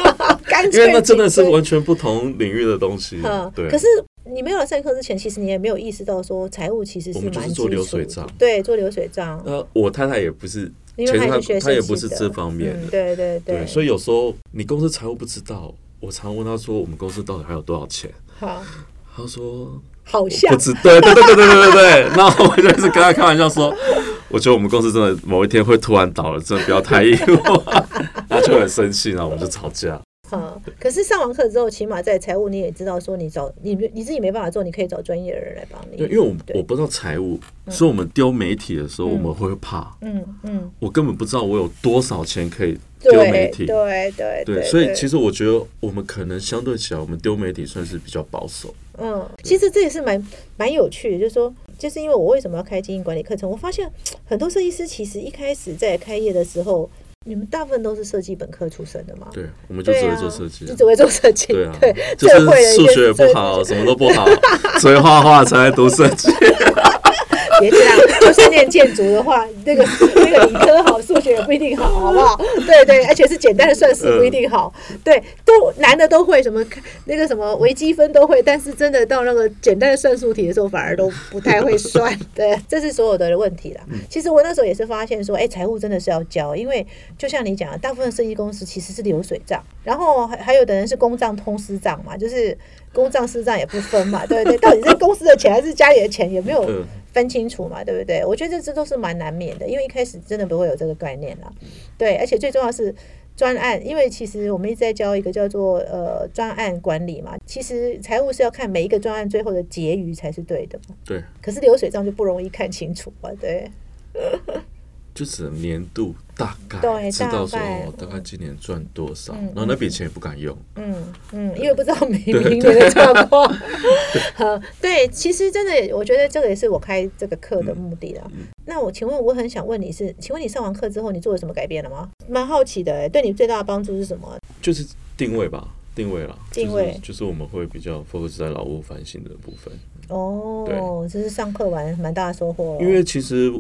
Speaker 1: 干
Speaker 2: 因
Speaker 1: 脆
Speaker 2: 为那真的是
Speaker 1: 紧
Speaker 2: 完全不同领域的东西
Speaker 1: 嗯，。
Speaker 2: 对，
Speaker 1: 可是你没有来上课之前，其实你也没有意识到说财务其实
Speaker 2: 我
Speaker 1: 是
Speaker 2: 们就是
Speaker 1: 蛮
Speaker 2: 做
Speaker 1: 基
Speaker 2: 流
Speaker 1: 础
Speaker 2: 水
Speaker 1: 的
Speaker 2: 账
Speaker 1: 对，做流水账，
Speaker 2: 呃，我太太也不是，
Speaker 1: 因为
Speaker 2: 其实
Speaker 1: 她
Speaker 2: 她
Speaker 1: 是学
Speaker 2: 她也不
Speaker 1: 设计
Speaker 2: 是
Speaker 1: 的
Speaker 2: 这方面
Speaker 1: 嗯
Speaker 2: 的，
Speaker 1: 对对
Speaker 2: 对，所以有时候你公司财务不知道，我常问她说我们公司到底还有多少钱，
Speaker 1: 好，
Speaker 2: 她说
Speaker 1: 好
Speaker 2: 我
Speaker 1: 像
Speaker 2: 不知，对对对对对对对对， 那我就一直跟她开玩笑说，我觉得我们公司真的某一天会突然倒了，真的不要太意外。 就很生气，然后我们就吵架。
Speaker 1: 嗯，可是上完课之后，起码在财务你也知道，说你找你你自己没办法做，你可以找专业的人来帮你。
Speaker 2: 因为我
Speaker 1: 对
Speaker 2: 我不知道财务，所以我们丢媒体的时候我们会怕，
Speaker 1: 嗯嗯，
Speaker 2: 我根本不知道我有多少钱可以丢媒
Speaker 1: 对
Speaker 2: 体。
Speaker 1: 对对
Speaker 2: 对，所以其实我觉得我们可能相对起来，我们丢媒体算是比较保守。
Speaker 1: 嗯，其实这也是蛮蛮有趣的，就是说，就是因为我为什么要开经营管理课程，我发现很多设计师其实一开始在开业的时候，你们大部分都是设计本科出身的嘛，
Speaker 2: 对，我们就
Speaker 1: 对
Speaker 2: 只
Speaker 1: 啊，
Speaker 2: 会做设计
Speaker 1: 就。只会做设计，
Speaker 2: 对啊， 就
Speaker 1: 最
Speaker 2: 是
Speaker 1: 会的
Speaker 2: 数
Speaker 1: 一
Speaker 2: 学也
Speaker 1: 件事
Speaker 2: 不好，什么都不 好，只会画画才来读设计。
Speaker 1: 别这样，就是念建筑的话， 那个那个理科好，数学也不一定好，好不好？对对，而且是简单的算
Speaker 2: 嗯
Speaker 1: 式不一定好，对，都男的都会什么那个什么微积分都会，但是真的到那个简单的算术题的时候，反而都不太会算。对，这是所有的问题啦。其实我那时候也是发现说，哎，财务真的是要教，因为就像你讲的，大部分设计公司其实是流水账，然后还还有的人是公账通私账嘛，就是公账私账也不分嘛， 对对，到底是公司的钱还是家里的钱也没有。
Speaker 2: 嗯
Speaker 1: 分清楚嘛，对不对？我觉得这都是蛮难免的，因为一开始真的不会有这个概念啦。对，而且最重要是专案，因为其实我们一直在教一个叫做呃专案管理嘛，其实财务是要看每一个专案最后的结余才是对的嘛。
Speaker 2: 对，
Speaker 1: 可是流水账就不容易看清楚嘛，对
Speaker 2: 就只能年度大概
Speaker 1: 对
Speaker 2: 知道说
Speaker 1: 大概
Speaker 2: 哦大概今年赚多少，然后那笔钱也不敢用。
Speaker 1: 嗯嗯，因为不知道明明年的状 况。呃，对，其实真的，我觉得这个也是我开这个课
Speaker 2: 嗯
Speaker 1: 的目的啦。那我请问，我很想问你是，请问你上完课之后，你做了什么改变了吗？蛮好奇的、欸，对你最大的帮助是什么？
Speaker 2: 就是定位吧，定位啦，
Speaker 1: 定位
Speaker 2: 就是、就是我们会比较 focus 在劳务反省的部分，
Speaker 1: 哦
Speaker 2: 对，
Speaker 1: 这是上课完蛮大的收获哦。
Speaker 2: 因为其实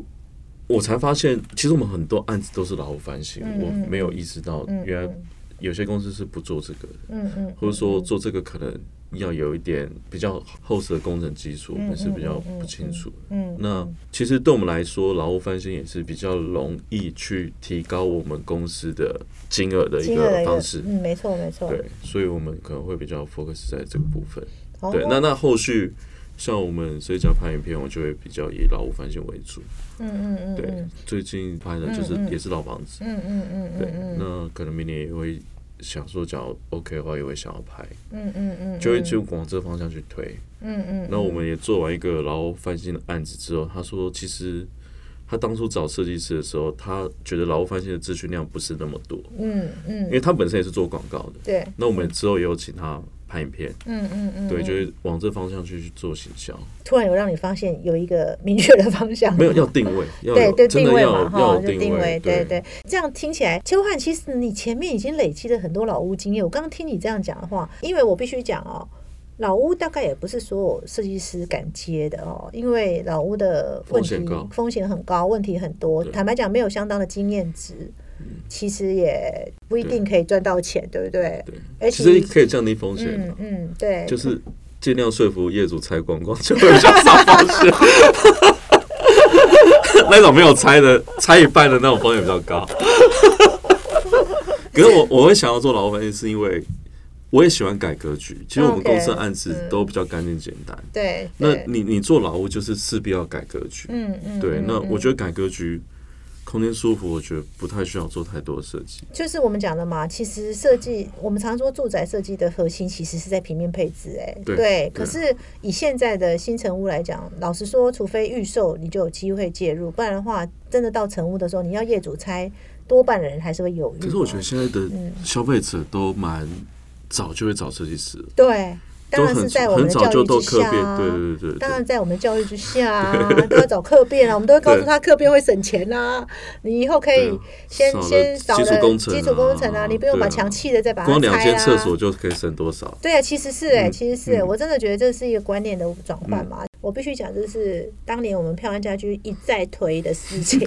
Speaker 2: 我才发现，其实我们很多案子都是劳务反省，
Speaker 1: 嗯
Speaker 2: 我没有意识到
Speaker 1: 嗯
Speaker 2: 原来
Speaker 1: 嗯
Speaker 2: 有些公司是不做这个的，
Speaker 1: 嗯嗯，
Speaker 2: 或者说做这个可能要有一点比较厚实的工程基础，我们是比较不清楚的。
Speaker 1: 嗯
Speaker 2: 那其实对我们来说，劳务翻新也是比较容易去提高我们公司的金额的一
Speaker 1: 金额的
Speaker 2: 个
Speaker 1: 一个
Speaker 2: 方式。
Speaker 1: 嗯，没错没错。
Speaker 2: 对，所以我们可能会比较 focus 在这个部分。
Speaker 1: 哦，
Speaker 2: 对，那那后续像我们所以讲拍影片，我就会比较以老屋翻新为主。
Speaker 1: 嗯嗯嗯，
Speaker 2: 对，最近拍的就是也是老房子。
Speaker 1: 嗯嗯嗯
Speaker 2: 对，那可能明年也会想说，假如 OK 的话，也会想要拍，
Speaker 1: 嗯嗯嗯，
Speaker 2: 就会就往这方向去推。
Speaker 1: 嗯嗯
Speaker 2: 那我们也做完一个劳务翻新的案子之后，他说其实。他当初找设计师的时候，他觉得劳务翻新的资讯量不是那么多，
Speaker 1: 嗯嗯，
Speaker 2: 因为他本身也是做广告的。
Speaker 1: 对，
Speaker 2: 那我们之后也有请他拍影片，
Speaker 1: 嗯嗯嗯，
Speaker 2: 对，就是往这方向去去做行销。
Speaker 1: 突然有让你发现有一个明确的方向，
Speaker 2: 没有要定位，要
Speaker 1: 对
Speaker 2: 有
Speaker 1: 对
Speaker 2: 真
Speaker 1: 定
Speaker 2: 的要
Speaker 1: 位
Speaker 2: 有
Speaker 1: 嘛，
Speaker 2: 要
Speaker 1: 哈，
Speaker 2: 有
Speaker 1: 就定
Speaker 2: 位，
Speaker 1: 对对。这样听起来，邱汉，其实你前面已经累积了很多老屋经验。我刚刚听你这样讲的话，因为我必须讲哦。老屋大概也不是所有设计师敢接的哦，因为老屋的问题
Speaker 2: 风险高
Speaker 1: 风险很高，问题很多。
Speaker 2: 对嗯
Speaker 1: 坦白讲，没有相当的经验值，其实也不一定可以赚到钱，对不对？
Speaker 2: 对
Speaker 1: 而
Speaker 2: 其
Speaker 1: 且
Speaker 2: 实，可以降低风险
Speaker 1: 嗯
Speaker 2: 的，
Speaker 1: 嗯，对，
Speaker 2: 就是尽量说服业主拆光光，就会比较少风险。 那种没有拆的，拆一半的那种风险比较 高。可是我我会想要做劳务翻译，是因为我也喜欢改格局。其实我们
Speaker 1: OK，
Speaker 2: 公司的案子都比较干净简单。
Speaker 1: 对。
Speaker 2: 那
Speaker 1: 对
Speaker 2: 你你做劳务就是势必要改格局。
Speaker 1: 嗯嗯，
Speaker 2: 对，那我觉得改格局，空间舒服，我觉得不太需要做太多的设计。
Speaker 1: 就是我们讲的嘛，其实设计我们常说住宅设计的核心其实是在平面配置、哎，
Speaker 2: 对对
Speaker 1: 可是以现在的新成屋来讲，老实说，除非预售，你就有机会介入，不然的话，真的到成屋的时候，你要业主拆，多半的人还是会犹豫嘛。
Speaker 2: 可是我觉得现在的
Speaker 1: 嗯
Speaker 2: 消费者都蛮早就会找设计师了，
Speaker 1: 对，当
Speaker 2: 都
Speaker 1: 然
Speaker 2: 很
Speaker 1: 是在我们
Speaker 2: 很
Speaker 1: 的
Speaker 2: 早
Speaker 1: 教
Speaker 2: 就
Speaker 1: 育
Speaker 2: 都
Speaker 1: 之
Speaker 2: 客
Speaker 1: 下、
Speaker 2: 变，
Speaker 1: 啊，
Speaker 2: 对对对
Speaker 1: 当然，
Speaker 2: 对。
Speaker 1: 在我们的教育之下、啊，都要找客变啊，我们都会告诉他客变会省钱啊。你以后可以
Speaker 2: 对啊
Speaker 1: 先
Speaker 2: 少了
Speaker 1: 先少
Speaker 2: 基础
Speaker 1: 了
Speaker 2: 工程
Speaker 1: 基础工程
Speaker 2: 啊
Speaker 1: 你不用把
Speaker 2: 对啊
Speaker 1: 墙砌了再把它拆
Speaker 2: 光
Speaker 1: 啊。
Speaker 2: 两间厕所就可以省多少？
Speaker 1: 对啊，其实是哎、其实是、欸我真的觉得这是一个观念的转换嘛。我必须讲，这是当年我们漂亮家居一再推的事情。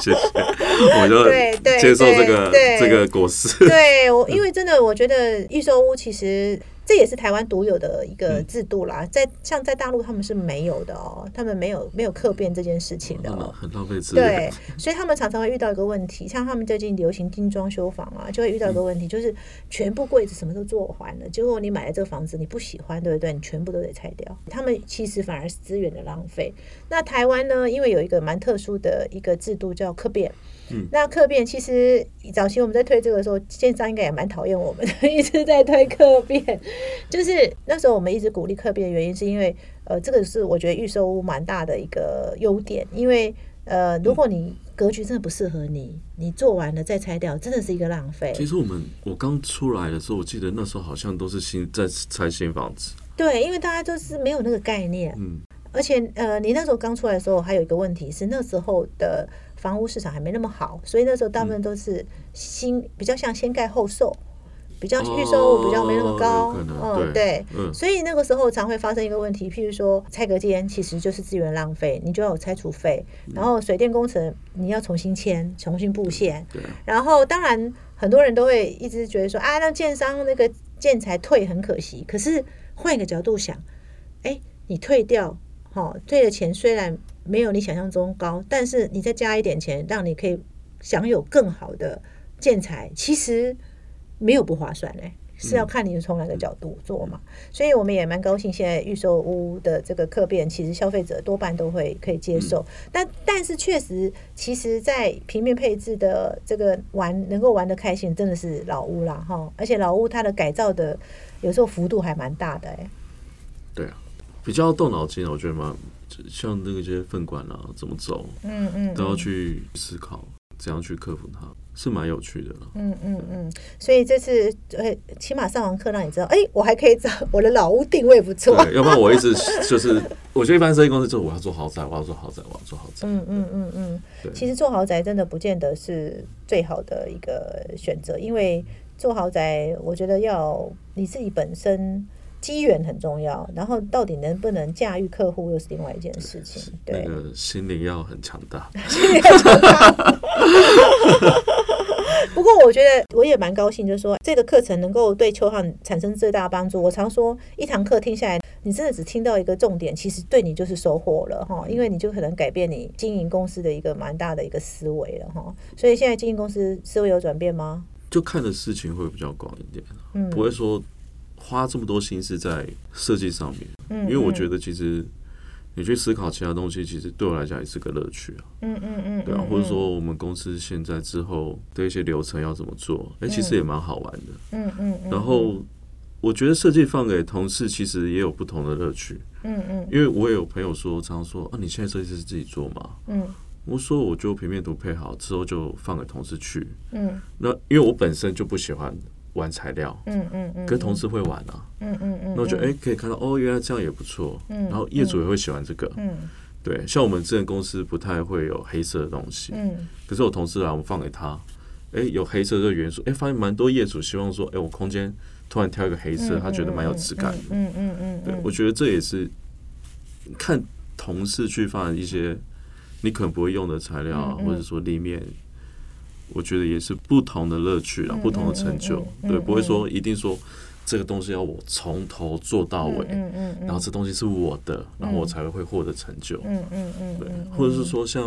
Speaker 2: 谢 谢，我就
Speaker 1: 啊对对
Speaker 2: 接受这个
Speaker 1: 对对
Speaker 2: 这个果实。
Speaker 1: 对，我因为真的，我觉得预售屋其实。这也是台湾独有的一个制度啦。在像在大陆他们是没有的哦，他们没有没有客变这件事情的
Speaker 2: 很
Speaker 1: 哦
Speaker 2: 浪。 很浪费资
Speaker 1: 对
Speaker 2: 源。，
Speaker 1: 所以他们常常会遇到一个问题，像他们最近流行精装修房啊，就会遇到一个问题，就是全部柜子什么都做完了，结果你买了这个房子你不喜欢，对不对？你全部都得拆掉。他们其实反而是资源的浪费。那台湾呢，因为有一个蛮特殊的一个制度叫客变。
Speaker 2: 嗯
Speaker 1: 那客变其实早期我们在推这个的时候，建商应该也蛮讨厌我们的， 一直在推客变。就是那时候我们一直鼓励客变的原因，是因为呃，这个是我觉得预售屋蛮大的一个优点，因为呃，如果你格局真的不适合你，你做完了再拆掉，真的是一个浪费。
Speaker 2: 其实我们我刚出来的时候，我记得那时候好像都是新在拆新房子，
Speaker 1: 对，因为大家就是没有那个概念，
Speaker 2: 嗯，
Speaker 1: 而且呃，你那时候刚出来的时候，还有一个问题是那时候的房屋市场还没那么好，所以那时候大部分都是新，比较像先盖后售。比较
Speaker 2: 哦
Speaker 1: 预售物比较没那么高，
Speaker 2: 有可能
Speaker 1: 嗯，
Speaker 2: 对
Speaker 1: 对，
Speaker 2: 嗯
Speaker 1: 所以那个时候常会发生一个问题，譬如说拆隔间其实就是资源浪费，你就要有拆除费，
Speaker 2: 嗯
Speaker 1: 然后水电工程你要重新签、重新布线，
Speaker 2: 对啊，
Speaker 1: 然后当然很多人都会一直觉得说啊，那建商那个建材退很可惜。可是换一个角度想，哎，你退掉，好、退的钱虽然没有你想象中高，但是你再加一点钱，让你可以享有更好的建材，其实没有不划算嘞、是要看你是从哪个角度做嘛，所以我们也蛮高兴，现在预售屋的这个客变，其实消费者多半都会可以接受。但但是确实，其实，在平面配置的这个玩能够玩的开心，真的是老屋啦哈。而且老屋它的改造的有时候幅度还蛮大的哎、
Speaker 2: 对啊，比较动脑筋啊，我觉得蛮像那个些粪管啊，怎么走
Speaker 1: 嗯嗯
Speaker 2: 都要去思考，怎样去克服它，是蛮有趣的啦。
Speaker 1: 嗯嗯嗯，所以这次呃，起码上完课让你知道，哎、我还可以找我的老屋定位不错。
Speaker 2: 对，要不然我一直 就是，我觉得一般设计公司就是我要做豪宅，我要做豪宅，我要做豪宅。
Speaker 1: 嗯嗯嗯嗯，
Speaker 2: 对
Speaker 1: 其实做豪宅真的不见得是最好的一个选择，因为做豪宅，我觉得要你自己本身机缘很重要，然后到底能不能驾驭客户又是另外一件事情。对
Speaker 2: 那，个心灵要很强大，
Speaker 1: 不过我觉得我也蛮高兴，就是说这个课程能够对邱汉产生最大的帮助。我常说，一堂课听下来，你真的只听到一个重点，其实对你就是收获了哈，因为你就可能改变你经营公司的一个蛮大的一个思维了哈。所以现在经营公司思维有转变吗？
Speaker 2: 就看的事情会比较广一点，啊
Speaker 1: 嗯
Speaker 2: 不会说花这么多心思在设计上面，
Speaker 1: 嗯，
Speaker 2: 因为我
Speaker 1: 嗯
Speaker 2: 觉得其实你去思考其他东西，其实对我来讲也是个乐趣啊，
Speaker 1: 嗯嗯嗯，
Speaker 2: 对啊，
Speaker 1: 嗯
Speaker 2: 或者，说我们公司现在之后的一些流程要怎么做，哎，其实也蛮好玩的。
Speaker 1: 嗯嗯嗯，
Speaker 2: 然后我觉得设计放给同事其实也有不同的乐趣，
Speaker 1: 嗯嗯
Speaker 2: 因为我也有朋友说，常说啊，你现在设计师自己做嘛，
Speaker 1: 嗯
Speaker 2: 我说我就平面图配好之后就放给同事去。
Speaker 1: 嗯
Speaker 2: 那因为我本身就不喜欢玩材料，
Speaker 1: 嗯嗯嗯，
Speaker 2: 可是同事会玩啊，
Speaker 1: 嗯嗯嗯，
Speaker 2: 那我觉得哎、诶可以看到哦，原来这样也不错。然后业主也会喜欢这个。
Speaker 1: 嗯
Speaker 2: 对，像我们之前公司不太会有黑色的东西，
Speaker 1: 嗯
Speaker 2: 可是我同事来，我们放给他，哎、有黑色的元素，哎、发现蛮多业主希望说，哎、我空间突然挑一个黑色，他觉得蛮有质感的。
Speaker 1: 嗯嗯嗯
Speaker 2: 对，我觉得这也是看同事去放一些你可能不会用的材料
Speaker 1: 嗯
Speaker 2: 啊，或者说立面，我觉得也是不同的乐趣
Speaker 1: 嗯
Speaker 2: 啊，不同的成就。对，不会说一定说这个东西要我从头做到尾，
Speaker 1: 嗯嗯嗯
Speaker 2: 然后这东西是我的，然后我才会获得成就。
Speaker 1: 嗯嗯嗯
Speaker 2: 对，或者是说像，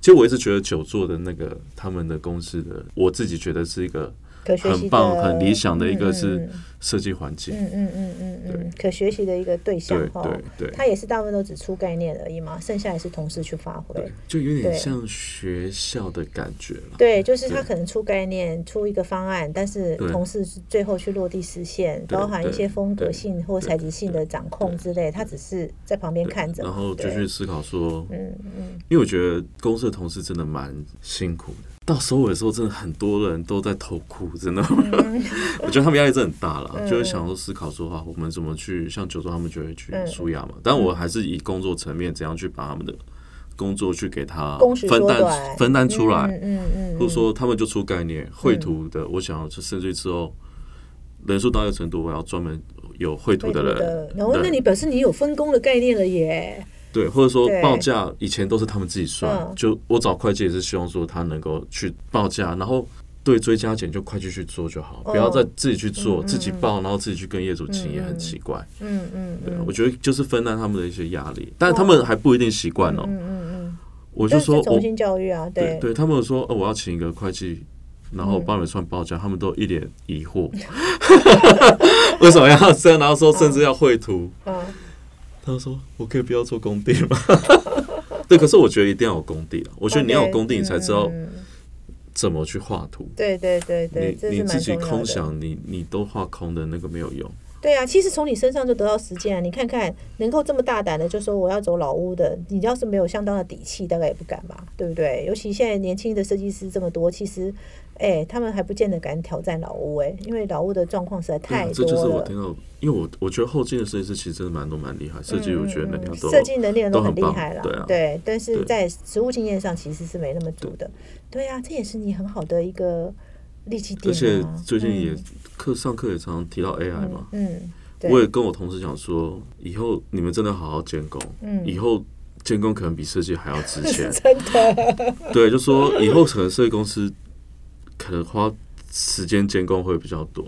Speaker 2: 其实我一直觉得久坐的那个他们的公司的，我自己觉得是一个
Speaker 1: 可学习
Speaker 2: 很棒、
Speaker 1: 的
Speaker 2: 很理想的一个
Speaker 1: 嗯
Speaker 2: 是
Speaker 1: 嗯
Speaker 2: 设计环境。
Speaker 1: 嗯嗯嗯嗯嗯，可学习的一个对象
Speaker 2: 对
Speaker 1: 哈，
Speaker 2: 对对
Speaker 1: 他也是大部分都只出概念而已嘛，剩下也是同事去发挥。
Speaker 2: 就有点
Speaker 1: 对
Speaker 2: 像学校的感觉了。
Speaker 1: 对，就是他
Speaker 2: 对
Speaker 1: 可能出概念、出一个方案，但是
Speaker 2: 对
Speaker 1: 同事最后去落地实现，
Speaker 2: 对
Speaker 1: 包含一些
Speaker 2: 对
Speaker 1: 风格
Speaker 2: 对
Speaker 1: 性或材质性的掌控之类，他只是在旁边看着嘛。
Speaker 2: 然后就
Speaker 1: 对
Speaker 2: 去思考说，
Speaker 1: 嗯嗯
Speaker 2: 因为我觉得公司的同事真的蛮辛苦的。到收尾的时候，真的很多人都在偷哭，真的。
Speaker 1: 嗯
Speaker 2: 我觉得他们压力真的很大了，就会想说思考说啊，我们怎么去像九州他们就会去
Speaker 1: 嗯
Speaker 2: 舒压嘛。但我还是以工作层面怎样去把他们的工作去给他
Speaker 1: 工时
Speaker 2: 分
Speaker 1: 缩短
Speaker 2: 担分担出来，
Speaker 1: 嗯嗯嗯，
Speaker 2: 或者说他们就出概念绘图的，我想要就甚至于之后人数到一个程度，我要专门有绘图
Speaker 1: 绘
Speaker 2: 的
Speaker 1: 图
Speaker 2: 人
Speaker 1: 的，然后那
Speaker 2: 对
Speaker 1: 你表示你有分工的概念了耶。
Speaker 2: 对，或者说
Speaker 1: 对
Speaker 2: 报价以前都是他们自己算，
Speaker 1: 嗯
Speaker 2: 就我找会计也是希望说他能够去报价，然后对追加减就快去去做就好，
Speaker 1: 嗯
Speaker 2: 不要再自己去做，自己报，然后自己去跟业主请，也很奇怪。
Speaker 1: 嗯嗯
Speaker 2: 对啊，我觉得就是分担他们的一些压力，但是他们还不一定习惯哦。
Speaker 1: 嗯嗯嗯，
Speaker 2: 我就说
Speaker 1: 这是
Speaker 2: 我
Speaker 1: 重新教育啊，
Speaker 2: 对对，他们有说哦，我要请一个会计，然
Speaker 1: 嗯
Speaker 2: 后帮你们算报价，他们都一脸 疑惑， 为什么要这样？然后说甚至要绘图，
Speaker 1: 嗯
Speaker 2: 他说我可以不要做工地吗？ 对，可是我觉得一定要有工地啊，我觉得你要有工地，你才知道
Speaker 1: 嗯嗯嗯
Speaker 2: 怎么去画图。
Speaker 1: 对对对对，这
Speaker 2: 你
Speaker 1: 是
Speaker 2: 你
Speaker 1: 蛮
Speaker 2: 自己
Speaker 1: 重要
Speaker 2: 空
Speaker 1: 的
Speaker 2: 想，你你都画空的那个没有用。
Speaker 1: 对啊，其实从你身上就得到实践啊！你看看，能够这么大胆的就说我要走老屋的，你要是没有相当的底气，大概也不敢吧，对不对？尤其现在年轻的设计师这么多，其实，哎、他们还不见得敢挑战老屋、哎，因为老屋的状况实在
Speaker 2: 对啊
Speaker 1: 太，
Speaker 2: 这
Speaker 1: 多
Speaker 2: 就是我
Speaker 1: 了。
Speaker 2: 听到，因为我我觉得后进的设计师其实真的蛮多蛮厉害，设计我觉得能力
Speaker 1: 嗯
Speaker 2: 都
Speaker 1: 设计能力人都
Speaker 2: 都
Speaker 1: 很
Speaker 2: 很
Speaker 1: 厉
Speaker 2: 棒
Speaker 1: 害了，
Speaker 2: 对啊
Speaker 1: 但是
Speaker 2: 对
Speaker 1: 在实物经验上其实是没那么足的，对啊，这也是你很好的一个利基点、啊。
Speaker 2: 而且最近也
Speaker 1: 嗯
Speaker 2: 课上课也常常提到 AI 嘛，
Speaker 1: 嗯，对
Speaker 2: 我也跟我同事讲说，以后你们真的好好监工，
Speaker 1: 嗯
Speaker 2: 以后监工可能比设计还要值 钱。
Speaker 1: 真的，
Speaker 2: 对，就说以后可能设计公司可能花时间监工会比较多。